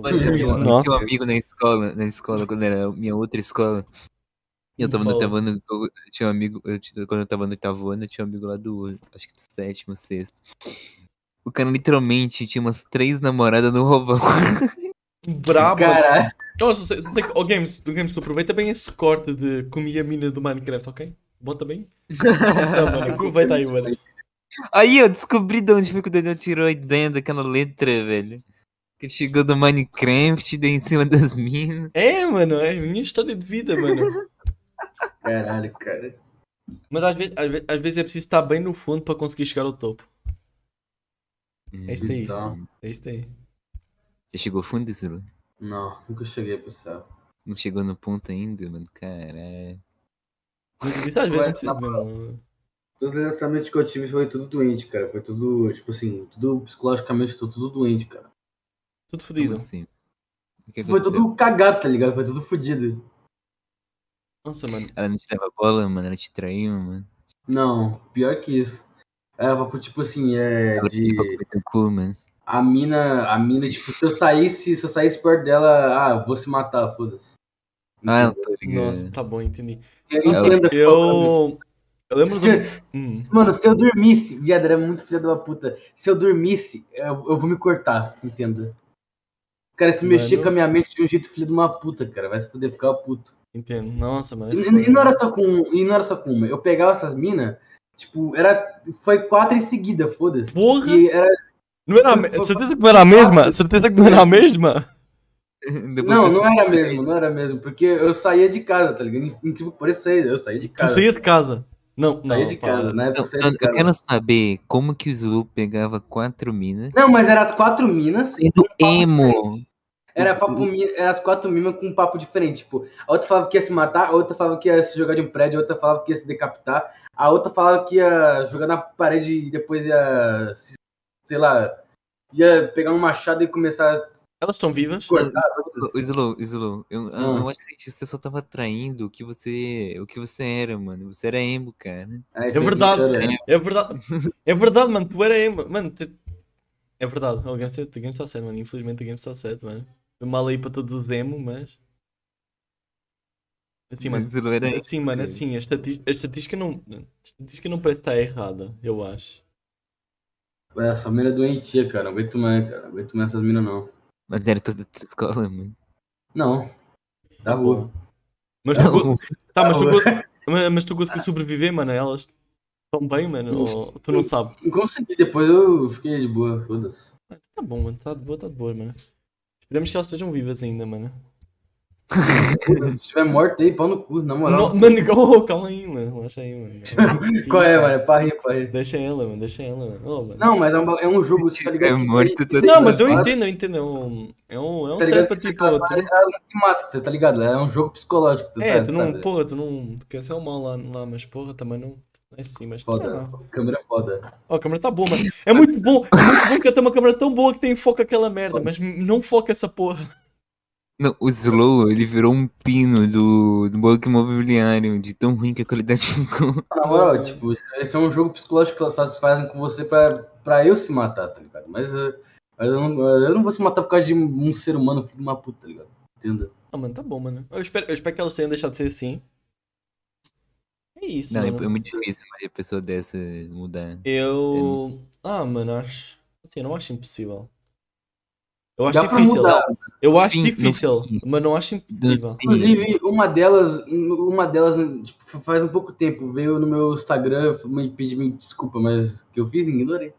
S1: Mano, eu tinha, um-
S3: Nossa.
S1: tinha um amigo na escola, na escola, quando era a minha outra escola. E Eu tava no
S3: Fala.
S1: oitavo ano, eu eu tinha um amigo, eu tinha- quando eu tava no oitavo ano, eu tinha um amigo lá do, acho que do sétimo, sexto. O cara literalmente tinha umas três namoradas no robô.
S3: Brabo. mano.
S2: Caralho.
S3: Oh, só sei, só sei que, oh, Games, do Games, tu aproveita bem esse corte de comia a mina do Minecraft, ok? Bota bem. Tá, mano, aproveita aí, mano.
S1: *laughs* Aí eu descobri de onde foi que o Daniel tirou a ideia daquela letra, velho. Que ele chegou do Minecraft, deu em cima das minas.
S3: É, mano, é a minha história de vida, mano.
S2: Caralho, cara.
S3: Mas às vezes, às vezes, às vezes é preciso estar bem no fundo para conseguir chegar ao topo. É isso aí.
S2: Então,
S3: É isso aí.
S1: Já chegou fundo, Zilo?
S2: não, nunca cheguei pro céu.
S1: Não chegou no ponto ainda, mano. Caralho.
S3: Mas isso às vezes não
S2: Mas,
S1: tá
S3: precisa
S2: na
S3: mesmo.
S2: Todos os lançamentos que eu tive foi tudo doente, cara. Foi tudo, tipo assim, tudo psicologicamente, tudo, tudo doente, cara.
S3: Tudo fodido.
S1: Como assim? O que
S2: Foi
S1: aconteceu?
S2: tudo cagado, tá ligado? Foi tudo fodido.
S3: Nossa, mano.
S1: Ela não te dava bola, mano. Ela te traiu, mano.
S2: Não, pior que isso. Era pra, tipo assim, é
S1: Ela tipo- pediu pra
S2: de.
S1: comer teu cu, mano.
S2: A mina, a mina, tipo, se eu saísse, se eu saísse perto dela, ah, vou se matar, foda-se.
S1: Ah, eu tô
S3: Nossa,
S1: ligado.
S3: tá bom, entendi.
S2: Eu
S1: Ela-
S2: nem sei ainda qual
S3: Eu. Eu
S2: era.
S3: lembro
S2: Se, *laughs*
S3: do. Hum.
S2: Mano, se eu dormisse, viado, era muito filha de uma puta. Se eu dormisse, eu, eu vou me cortar, entenda. Cara, se
S3: Mano.
S2: mexer com a minha mente de um jeito filho de uma puta, cara, vai se fuder, ficar puto.
S3: Entendo. Nossa, mano.
S2: E, e- e não era só com, e não era só com uma. Eu pegava essas minas, tipo, era, foi quatro em seguida, foda-se.
S3: Porra!
S2: E era,
S3: Não era a me- Certeza que não era a mesma? Certeza que não era a mesma?
S1: *laughs* Depois
S2: não,
S1: você-
S2: não era mesmo, não era mesmo, porque eu saía de casa, tá ligado? Incrível que pareça, eu saía de
S3: Tu
S2: casa.
S3: saía de casa. Não, não,
S2: Saía de
S3: pá,
S2: casa, né?
S1: Eu,
S2: Porque saía
S1: eu-
S2: de
S1: eu
S2: casa.
S1: quero saber como que o Zulu pegava quatro minas.
S2: Não, mas era as quatro minas. e
S1: Sendo
S2: um papo
S1: emo.
S2: diferente. Era, papo, mi- era as quatro minas com um papo diferente. Tipo, a outra falava que ia se matar, a outra falava que ia se jogar de um prédio, a outra falava que ia se decapitar, a outra falava que ia jogar na parede e depois ia. se- Sei lá. Ia pegar um machado e começar a se
S3: Elas estão vivas?
S2: cortar.
S1: Ô, Zulu, Zulu, eu, eu-
S2: Ah.
S1: eu acho que você só tava traindo o que você, o que você era, mano. Você era emo, cara.
S2: Aí
S3: É
S2: fez
S3: verdade.
S2: história.
S3: É verdade. *laughs* É verdade, mano. Tu era emo. Mano, te- é verdade. O game, está- o game está certo, mano. Infelizmente o game está certo, mano. Foi mal aí para todos os emo, mas. Assim, mano.
S1: Zulu era emo.
S3: Assim, mano,
S1: cara.
S3: assim, a, estati- a estatística não. A estatística não parece estar errada, eu acho.
S2: Ué, Essa mina é doentia, cara. Não aguento mais, cara. Não aguento mais essas minas, não.
S1: Mas era toda a escola, mano.
S2: Não. Tá boa.
S3: Mas tu, go- tá, mas tu, go- *laughs* ma- mas tu conseguiu sobreviver, mano? Elas estão bem, mano? Ou tu não sabes?
S2: Consegui, depois eu fiquei de boa, foda-se.
S3: Tá bom, mano. Tá de boa, tá de boa, mano. Esperamos que elas estejam vivas ainda, mano.
S2: Se estiver morto aí, pau no cu, na moral.
S3: No- mano, oh, calma aí, mano. Relaxa aí, mano.
S2: *laughs* Qual é, mano? É pra rir, pra rir.
S3: Deixa ela, mano. Deixa ela, mano. Oh, mano.
S2: Não, mas é um, ba- é um jogo, você tá ligado?
S1: *laughs* É
S2: que isso
S1: morto,
S2: aí-
S1: tá
S2: isso aí
S3: Não, mas eu
S2: é-
S3: entendo, eu entendo. É um, é um, é um
S2: Tá ligado
S3: stress pra
S2: que você
S3: tipo. tu não-
S2: casar, ela não se mata, você tá ligado? É um jogo psicológico, tu
S3: É,
S2: tá,
S3: tu não,
S2: sabe?
S3: porra, tu não. Tu quer ser o mal lá, lá, mas porra, também não. não É assim, mas.
S2: Foda.
S3: Ah,
S2: Câmera foda.
S3: Ó, a câmera tá boa, mano. É muito bom, é muito bom que eu tenho uma câmera tão boa que tem foco aquela merda, mas não foca essa porra.
S1: Não, o Slow, ele virou um pino do, do banco imobiliário, de tão ruim que a qualidade ficou.
S2: Na moral, tipo, isso- esse é um jogo psicológico que elas faz- fazem com você pra, pra eu se matar, tá ligado? Mas, eh, mas eu, não, eh, eu não vou se matar por causa de um ser humano, filho de uma puta, tá ligado? Entendeu?
S3: Ah, mano, tá bom, mano. Eu espero, eu espero que elas tenham deixado de ser assim. É isso,
S1: Não, é,
S3: mano.
S1: é muito difícil uma pessoa dessa mudar.
S3: Eu. Ah, mano, acho. Assim, eu não acho impossível. Eu acho
S2: Dá pra
S3: difícil. né?
S2: mudar.
S3: Eu acho
S1: fim, no
S3: difícil,
S1: fim.
S3: mas não acho impossível.
S2: Inclusive, uma delas, uma delas, tipo, faz um pouco tempo, veio no meu Instagram me pedir me desculpa, mas o que eu fiz, ignorei.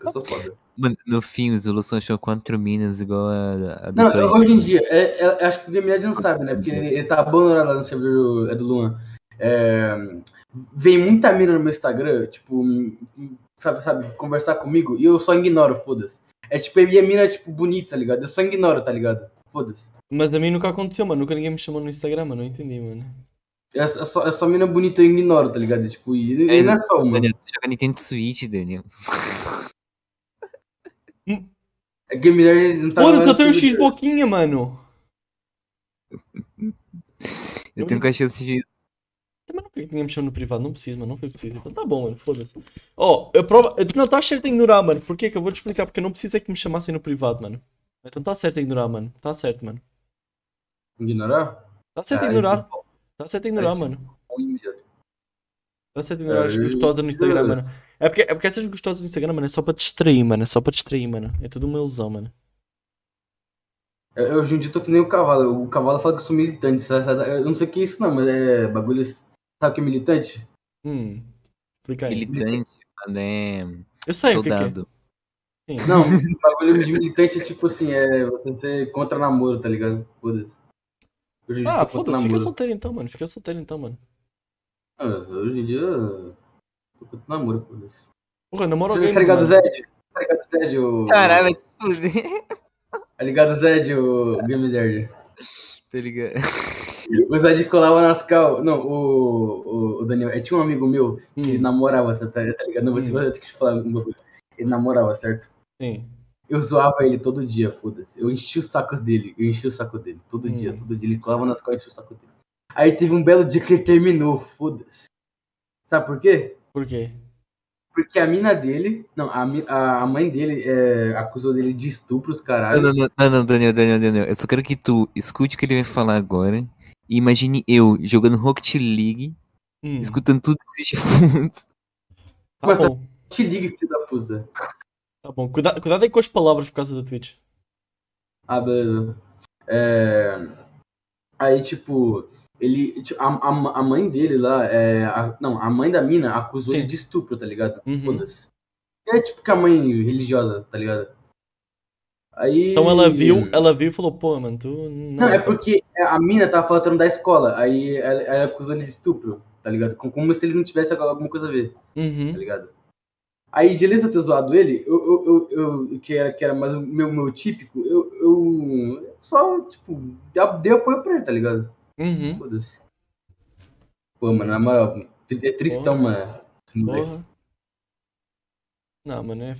S2: Eu sou foda.
S1: Mano, no fim, o Zulu só achou quatro minas igual a, a do
S2: Não,
S1: Toy.
S2: hoje em dia, é, é- acho que o Demiad não sabe, né? Porque ele, ele tá abandonado lá no servidor do, é do Luan. É, vem muita mina no meu Instagram, tipo, sabe, sabe, conversar comigo, e eu só ignoro, foda-se. É tipo, e a mina é tipo bonita, tá ligado? Eu só ignoro, tá ligado? Foda-se.
S3: Mas a mim nunca aconteceu, mano. Nunca ninguém me chamou no Instagram, mano. Não entendi, mano.
S2: É, só- é só, é só mina bonita, eu ignoro, tá ligado? Tipo, e, e
S1: É,
S2: não é só uma.
S1: Daniel, tu joga Nintendo Switch, Daniel.
S2: É que o Guilherme não tá
S3: Foda-se,
S2: mais
S3: eu tenho um
S2: no Twitter.
S3: X-Boquinha, mano.
S1: Eu
S3: Eu
S1: tenho cachorro de
S3: Também nunca ninguém me chamou no privado. Não preciso, mano. Não foi preciso. Então tá bom, mano. Foda-se. Ó, eu prova. eu- Não, tá certo em ignorar, mano. Por quê? Que eu vou te explicar. Porque eu não preciso é que me chamassem no privado, mano. Então tá certo em ignorar, mano. Tá certo, mano.
S2: Ignorar?
S3: Tá certo em
S2: Ah,
S3: ignorar. Tá certo em ignorar,
S2: Ai,
S3: mano. Tá certo em
S2: Ai,
S3: ignorar as gostosas no Instagram,
S2: Deus.
S3: mano. É porque, é porque essas gostosas no Instagram, mano, é só pra distrair, mano. É só pra distrair, mano. É tudo uma ilusão, mano.
S2: Eu, eu hoje em dia tô que nem É, o cavalo. O cavalo fala que eu sou militante. sabe? Eu não sei o que é isso, não, mas é bagulho. Sabe o que é militante?
S3: Hum. Explica aí.
S1: militante, mano, é
S3: Eu sei o que, que é.
S1: soldado.
S3: Sim.
S2: Não, o bagulho de militante é tipo assim: é você ser contra namoro, tá ligado? Foda-se. Hoje em dia
S3: Ah,
S2: eu sou contra
S3: foda-se, fica
S2: namoro.
S3: solteiro então, mano. Fica solteiro então, mano.
S2: Ah, hoje em dia eu tô contra namoro, foda-se.
S3: Porra, namora alguém.
S2: Tá ligado, Zed? Tá ligado, Zed? O...
S1: Caralho, vai *laughs* se fuder.
S2: Tá ligado, Zed, o Game Nerd?
S1: Tá ligado?
S2: O Zed colava nas cal. Não, o, o, o Daniel. Eu tinha um amigo meu que ele
S3: Hum,
S2: namorava, tá, tá- tá ligado? Não vou, te-
S3: Hum.
S2: vou ter que te falar um bagulho. Ele namorava, certo?
S3: sim.
S2: Eu zoava ele todo dia, foda-se. Eu enchi o saco dele, eu enchi o saco dele. Todo
S3: Hum.
S2: dia, todo dia. Ele colava nas costas e enchia o saco dele. Aí teve um belo dia que ele terminou, foda-se. Sabe por quê?
S3: Por quê?
S2: Porque a mina dele. Não, a, mi- a a mãe dele é, acusou dele de estupros,
S1: Não,
S2: caralho.
S1: não, não, não, não, Daniel, Daniel, Daniel. Eu só quero que tu escute o que ele vai falar agora. E imagine eu jogando Rocket League,
S3: Hum,
S1: escutando tudo esses fundos.
S3: tá
S2: Mas-
S3: bom.
S2: Te liga, filho da puta.
S3: Tá bom. Cuidado, cuidado aí com as palavras por causa da Twitch.
S2: Ah, beleza. É, Aí, tipo, ele. ti- A, a, a mãe dele lá, é, a- não, a mãe da mina acusou
S3: Sim.
S2: ele de estupro, tá ligado?
S3: Uhum.
S2: Foda-se. É tipo que a mãe religiosa, tá ligado? Aí.
S3: Então ela viu, ela viu e falou, pô, mano, tu.
S2: Não, é
S3: sabe-
S2: porque a mina tava faltando da escola, aí ela, ela acusou ele de estupro, tá tá ligado? Com- Como se ele não tivesse agora alguma coisa a ver,
S3: Uhum.
S2: tá ligado? Aí, de eu ter zoado ele, eu, eu, eu, eu- que, era, que era mais o meu, meu típico, eu, eu só, tipo, dei- dei apoio pra ele, tá ligado?
S3: Uhum.
S2: Foda-se. Pô, mano, na moral, é tristão,
S3: Porra.
S2: mano. Esse moleque.
S3: Porra. Não, mano, é,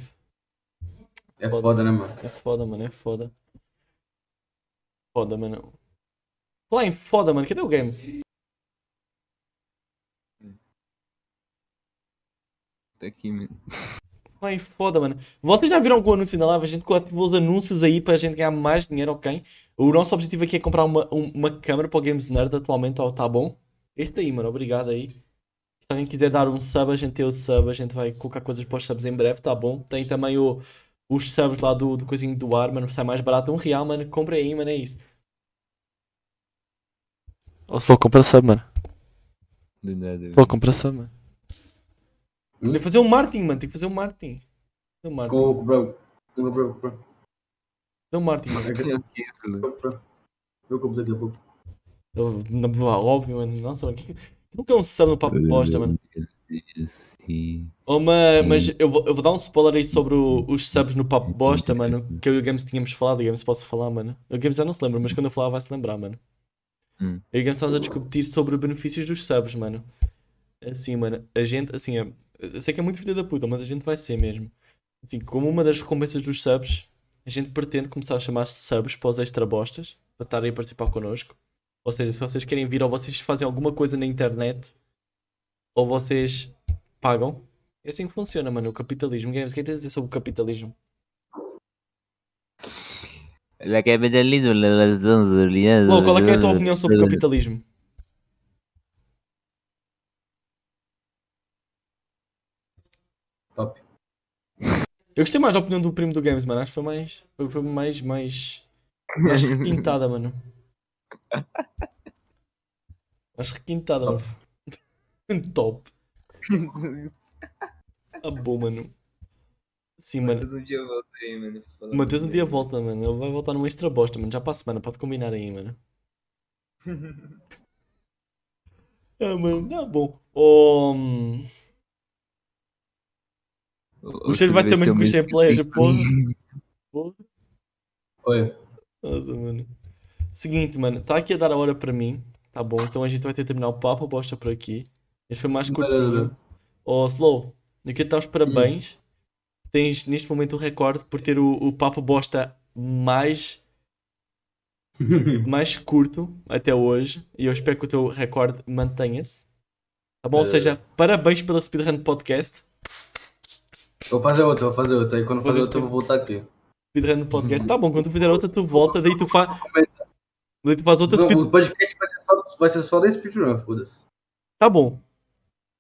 S2: É foda, né, mano?
S3: é foda, mano, é foda. Foda, mano. Lá em foda, mano, cadê o Games?
S1: *laughs* Tá aqui, mano.
S3: Ai, foda, mano. Vocês já viram algum anúncio na live? A gente coletivou os anúncios aí para a gente ganhar mais dinheiro, ok? O nosso objetivo aqui é comprar uma, um- uma câmera para o Games Nerd atualmente, ó, tá bom? Este daí, mano, obrigado aí. Se alguém quiser dar um sub, a gente tem o sub, a gente vai colocar coisas para os subs em breve, tá bom? Tem também o, os subs lá do, do coisinho do ar, mano, sai mais barato, um real, mano, compra aí, mano, é isso. Ou se compra sub, mano.
S1: Do nada. velho.
S3: compra sub, mano. Tem que fazer um marketing, mano, tem que fazer um marketing. Tem um marketing,
S2: Comprou, comprou, comprou, comprou.
S3: tem um marketing,
S2: é
S3: mano.
S1: Eu *laughs* que isso, Lu.
S2: comprou. Eu comprei daqui a pouco.
S3: Eu- na- na- Óbvio, mano. Nossa, mano. que- que- Nunca é um sub no papo bosta, mano.
S1: Sim.
S3: Oh, ma- mas eu vou, eu vou dar um spoiler aí sobre o- os subs no papo bosta, mano. Que eu e o Games tínhamos falado. O Games posso falar, mano. O Games já não se lembra, mas quando eu falar vai se lembrar, mano.
S1: Hum.
S3: Eu e o Games estávamos É a discutir sobre os benefícios dos subs, mano. Assim, mano. A gente, assim, é- eu sei que é muito filha da puta, mas a gente vai ser mesmo. Assim, como uma das recompensas dos subs, a gente pretende começar a chamar subs para os extra bostas, para estarem a participar connosco. Ou seja, se vocês querem vir ou vocês fazem alguma coisa na internet, ou vocês pagam. É assim que funciona, mano. O capitalismo. Games, o que é que tens a dizer sobre o capitalismo?
S1: La capitalismo, la razón,
S3: Lô, qual é, que é a tua opinião sobre o capitalismo?
S2: Top.
S3: Eu gostei mais da opinião do primo do Games, mano. Acho que foi mais. Foi foi mais. mais. mais requintada, mano. Mais requintada, mano. *laughs* Top.
S1: *laughs*
S3: Ah, bom, mano. Sim, mano.
S1: um dia volta aí, mano.
S3: O Matheus um dia volta, mano. Ele vai voltar numa extra bosta, mano. Já para a semana, pode combinar aí, mano. ah, mano, tá bom. Oh, hum, o cheiro vai ter muito com os players, porra. porra.
S2: Oi.
S3: *laughs* Nossa, mano. Seguinte, mano, tá aqui a dar a hora para mim, tá bom? Então a gente vai ter que terminar o papo bosta por aqui. Este foi mais
S2: Beleza.
S3: curtinho. Oh, Slow, eu quero dar os parabéns. Tens neste momento o recorde por ter o, o papo bosta mais mais curto até hoje e eu espero que o teu recorde mantenha-se. Tá bom? Ou
S2: É.
S3: seja, parabéns pela Speedrun Podcast.
S2: Vou fazer outro, vou fazer outro. Aí quando eu
S3: Fazer
S2: fazer outro, eu vou voltar aqui.
S3: Speedrun Podcast. Tá bom, quando tu fizer outra, tu volta, daí tu faz. Daí tu faz outra speed.
S2: O podcast vai ser só, vai ser só da speedrun, foda-se.
S3: Tá bom.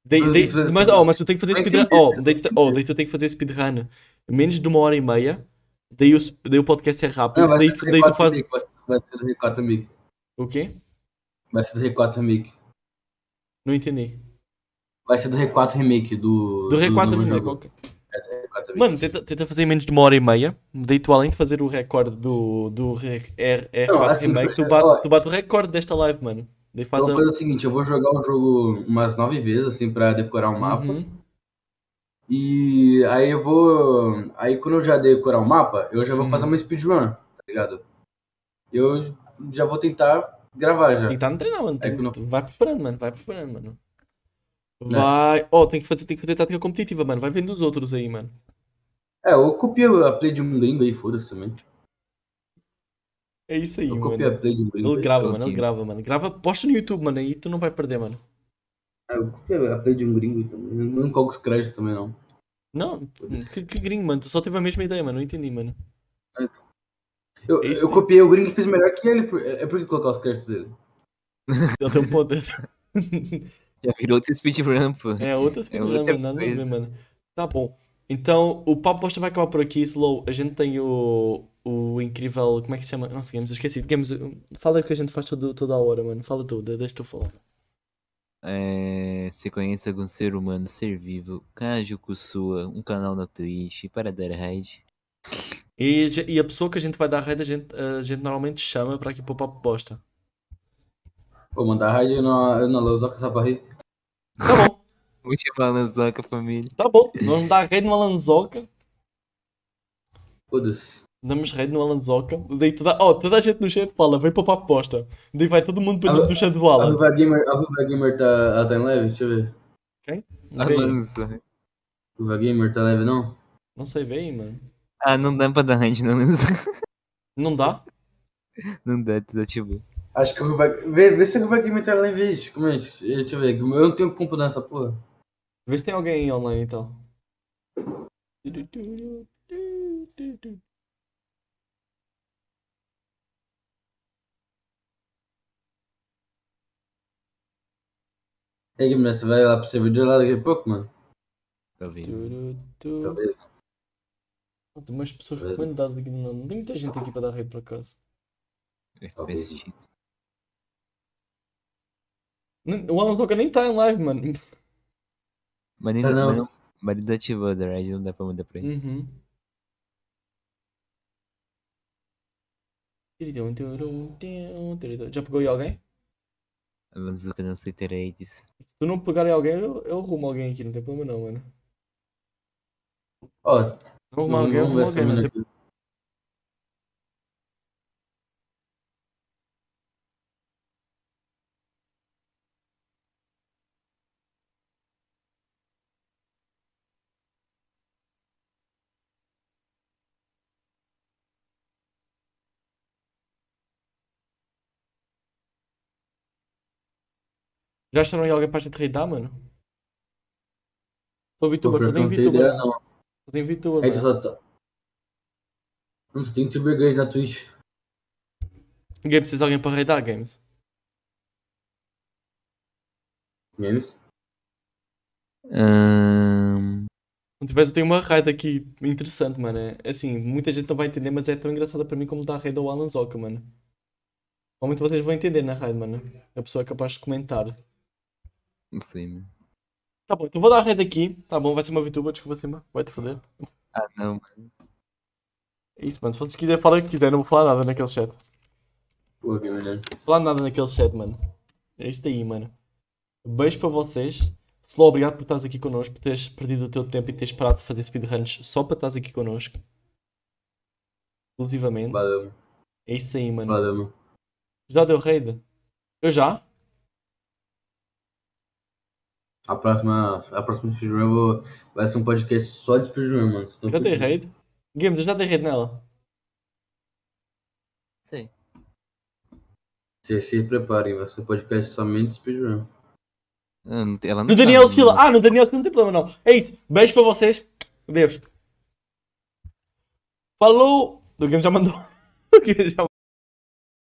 S3: Daí,
S2: Mas
S3: daí-
S2: isso vai ser-
S3: mas, oh, mas tu tem que fazer
S2: Vai
S3: speedrun.
S2: entender,
S3: Oh, daí, tu, te- oh, daí tu tem que fazer speedrun. Menos de uma hora e meia. Daí o, daí o podcast é rápido.
S2: Não, vai
S3: daí,
S2: ser do
S3: daí tu
S2: R4
S3: faz.
S2: Mic, vai ser- vai ser do R4 Mic.
S3: O quê?
S2: Vai ser do R4 Mic.
S3: Não entendi.
S2: Vai ser do R4 Remake, do...
S3: Do R4
S2: do
S3: mesmo.
S2: jogo.
S3: ok.
S2: É, do R4 Remake.
S3: Mano, tenta, tenta fazer em menos de uma hora e meia. Daí tu, além de fazer o recorde do, do R, R, R4
S2: Não, assim,
S3: Remake, tu
S2: ó,
S3: bate, tu bate o recorde desta live, mano. Daí
S2: Eu
S3: faz
S2: Então,
S3: um-
S2: vou
S3: a.
S2: fazer o seguinte, eu vou jogar o jogo umas nove vezes, assim, pra decorar o mapa.
S3: Uhum.
S2: E aí eu vou. Aí quando eu já decorar o mapa, eu já vou
S3: Uhum.
S2: fazer uma speedrun, tá ligado? Eu já vou tentar gravar já.
S3: Tem que estar tá no treinar, mano. Tem-
S2: É que não-
S3: tu Vai preparando, mano. Vai preparando, mano. Vai. Oh, tem que fazer, tem que fazer tática competitiva, mano. Vai vendo os outros aí, mano.
S2: É, eu copio a play de um gringo aí, foda-se também.
S3: É isso aí,
S2: Eu
S3: mano.
S2: copio a play de um gringo.
S3: Ele
S2: aí.
S3: grava,
S1: tô
S3: mano. Ele
S1: aqui.
S3: grava, mano. Grava, posta no YouTube, mano. Aí tu não vai perder, mano.
S2: É, eu copio a play de um gringo aí também. Eu não coloco os créditos também, não.
S3: Não,
S2: Foda-se.
S3: que, que gringo, mano. Tu só teve a mesma ideia, mano. Não entendi, mano.
S2: Eu,
S3: Esse
S2: eu
S3: tem-
S2: copiei o gringo e fiz melhor que ele. por- É é por que colocar os créditos dele?
S3: Ele tem
S2: *laughs*
S3: um
S1: *laughs*
S3: ponto. *laughs*
S1: Já virou outro speedrun, pô.
S3: É outra speedrun,
S1: outra
S3: mano. Nada a ver,
S1: coisa.
S3: mano. Tá bom. Então, o papo bosta vai acabar por aqui, Slow. A gente tem o, o incrível. Como é que se chama? Nossa, Games, eu esqueci. Games, fala o que a gente faz todo, toda a hora, mano. Fala tu, de- deixa tu falar.
S1: É, se conhece algum ser humano, ser vivo, Kajo Kusua, um canal na Twitch para dar raid.
S3: E, a ge- e a pessoa que a gente vai dar raid, a gente, a gente normalmente chama para aqui para o papo bosta.
S2: Pô, mandar raid na, na Lozoca Sabarri.
S3: Tá bom,
S1: Última lanzoca, família.
S3: tá bom. Vamos dar raid no Alanzoca.
S2: Foda-se.
S3: Damos raid no Alanzoca. Daí toda, oh, toda a gente no chat fala, vem para a aposta. Daí vai todo mundo para dentro do chat do
S2: A
S3: Alan.
S2: Ruba Gamer, a Ruba Gamer tá, ela tá em leve? Deixa eu ver.
S3: Vê aí.
S1: Alanzoca.
S2: Ruba Gamer tá leve não?
S3: Não sei, vem aí, mano.
S1: Ah, não dá pra dar range na lanzoca.
S3: Não dá?
S1: *laughs* Não dá, desativou.
S2: Acho que o Ruba... Vê, vê se o Ruba Gamer tá leve, gente. Comente. Deixa eu ver. que o meu- Eu não tenho compo nessa porra.
S3: Vê se tem alguém online então.
S2: E aí, Gamer, você vai lá pro servidor lá daqui a pouco, mano?
S1: Talvez.
S2: Talvez.
S3: Ah, Tem umas pessoas recomendadas aqui. Não, não tem muita gente aqui para dar rei por acaso.
S1: FPSX.
S3: Nem- O Alan Zoka nem está em live, mano.
S1: Mas nem
S2: Tá não.
S1: mas não- mas ele desativou o Drive, não dá pra mudar pra ele.
S3: Uhum. Tiridum, tirum, tirum, tiridum. Já pegou aí alguém?
S1: A Lanzuca não aceita raids.
S3: Se tu não pegarem alguém, eu, eu arrumo alguém aqui, não tem problema não, mano.
S2: Ó,
S3: Se eu Arrumar alguém, eu
S2: vamos ver
S3: arrumo
S2: essa
S3: alguém, mano.
S2: mina
S3: Tem-
S2: aqui.
S3: Já acharam aí alguém para gente reidar, mano? Sou VTuber, só
S2: Pior que eu
S3: tem
S2: não tenho
S3: VTuber.
S2: ideia, não.
S3: Só tem VTuber,
S2: É que
S3: mano.
S2: só tá... Não, você tem youtuber grande na Twitch.
S3: Ninguém precisa de alguém para reidar, Games.
S2: Menos.
S1: Ahn,
S3: Se tivesse, eu tenho uma raid aqui interessante, mano. É assim, muita gente não vai entender, mas é tão engraçada para mim como dar raid ao Alan Zoka, mano. Provavelmente vocês vão entender na raid, mano. A pessoa é capaz de comentar.
S1: não sei, mano.
S3: Tá bom, então vou dar a rede aqui. Tá bom, vai ser uma VTuber, desculpa, Simba. Vai te foder.
S1: Ah, não.
S3: É isso, mano. Se vocês quiserem falar o que quiser, não vou falar nada naquele chat.
S2: Pô, Gamer, né?
S3: Vou falar nada naquele chat, mano. É isso daí, mano. Beijo para vocês. Slow, obrigado por estares aqui connosco, por teres perdido o teu tempo e teres parado de fazer speedruns só para estares aqui connosco. Exclusivamente.
S2: Valeu, mano.
S3: É isso aí, mano.
S2: valeu, mano.
S3: Já deu raid? Eu já?
S2: A próxima, a próxima speedrun eu vou, vai ser um podcast só de speedrun, mano. Vocês tão
S3: Já dei
S1: Uhum.
S2: fudidos.
S3: raid? Games, eu já dei raid nela.
S1: Sei.
S2: Vocês se preparem, vai ser um podcast somente de speedrun.
S1: Ah, não tem- ela não
S3: No
S1: tá,
S3: Daniel
S1: mano.
S3: Silva. Ah, no Daniel Silva não tem problema não. É isso. Beijo para vocês. Adeus. Falou. *laughs* O game já mandou. O game já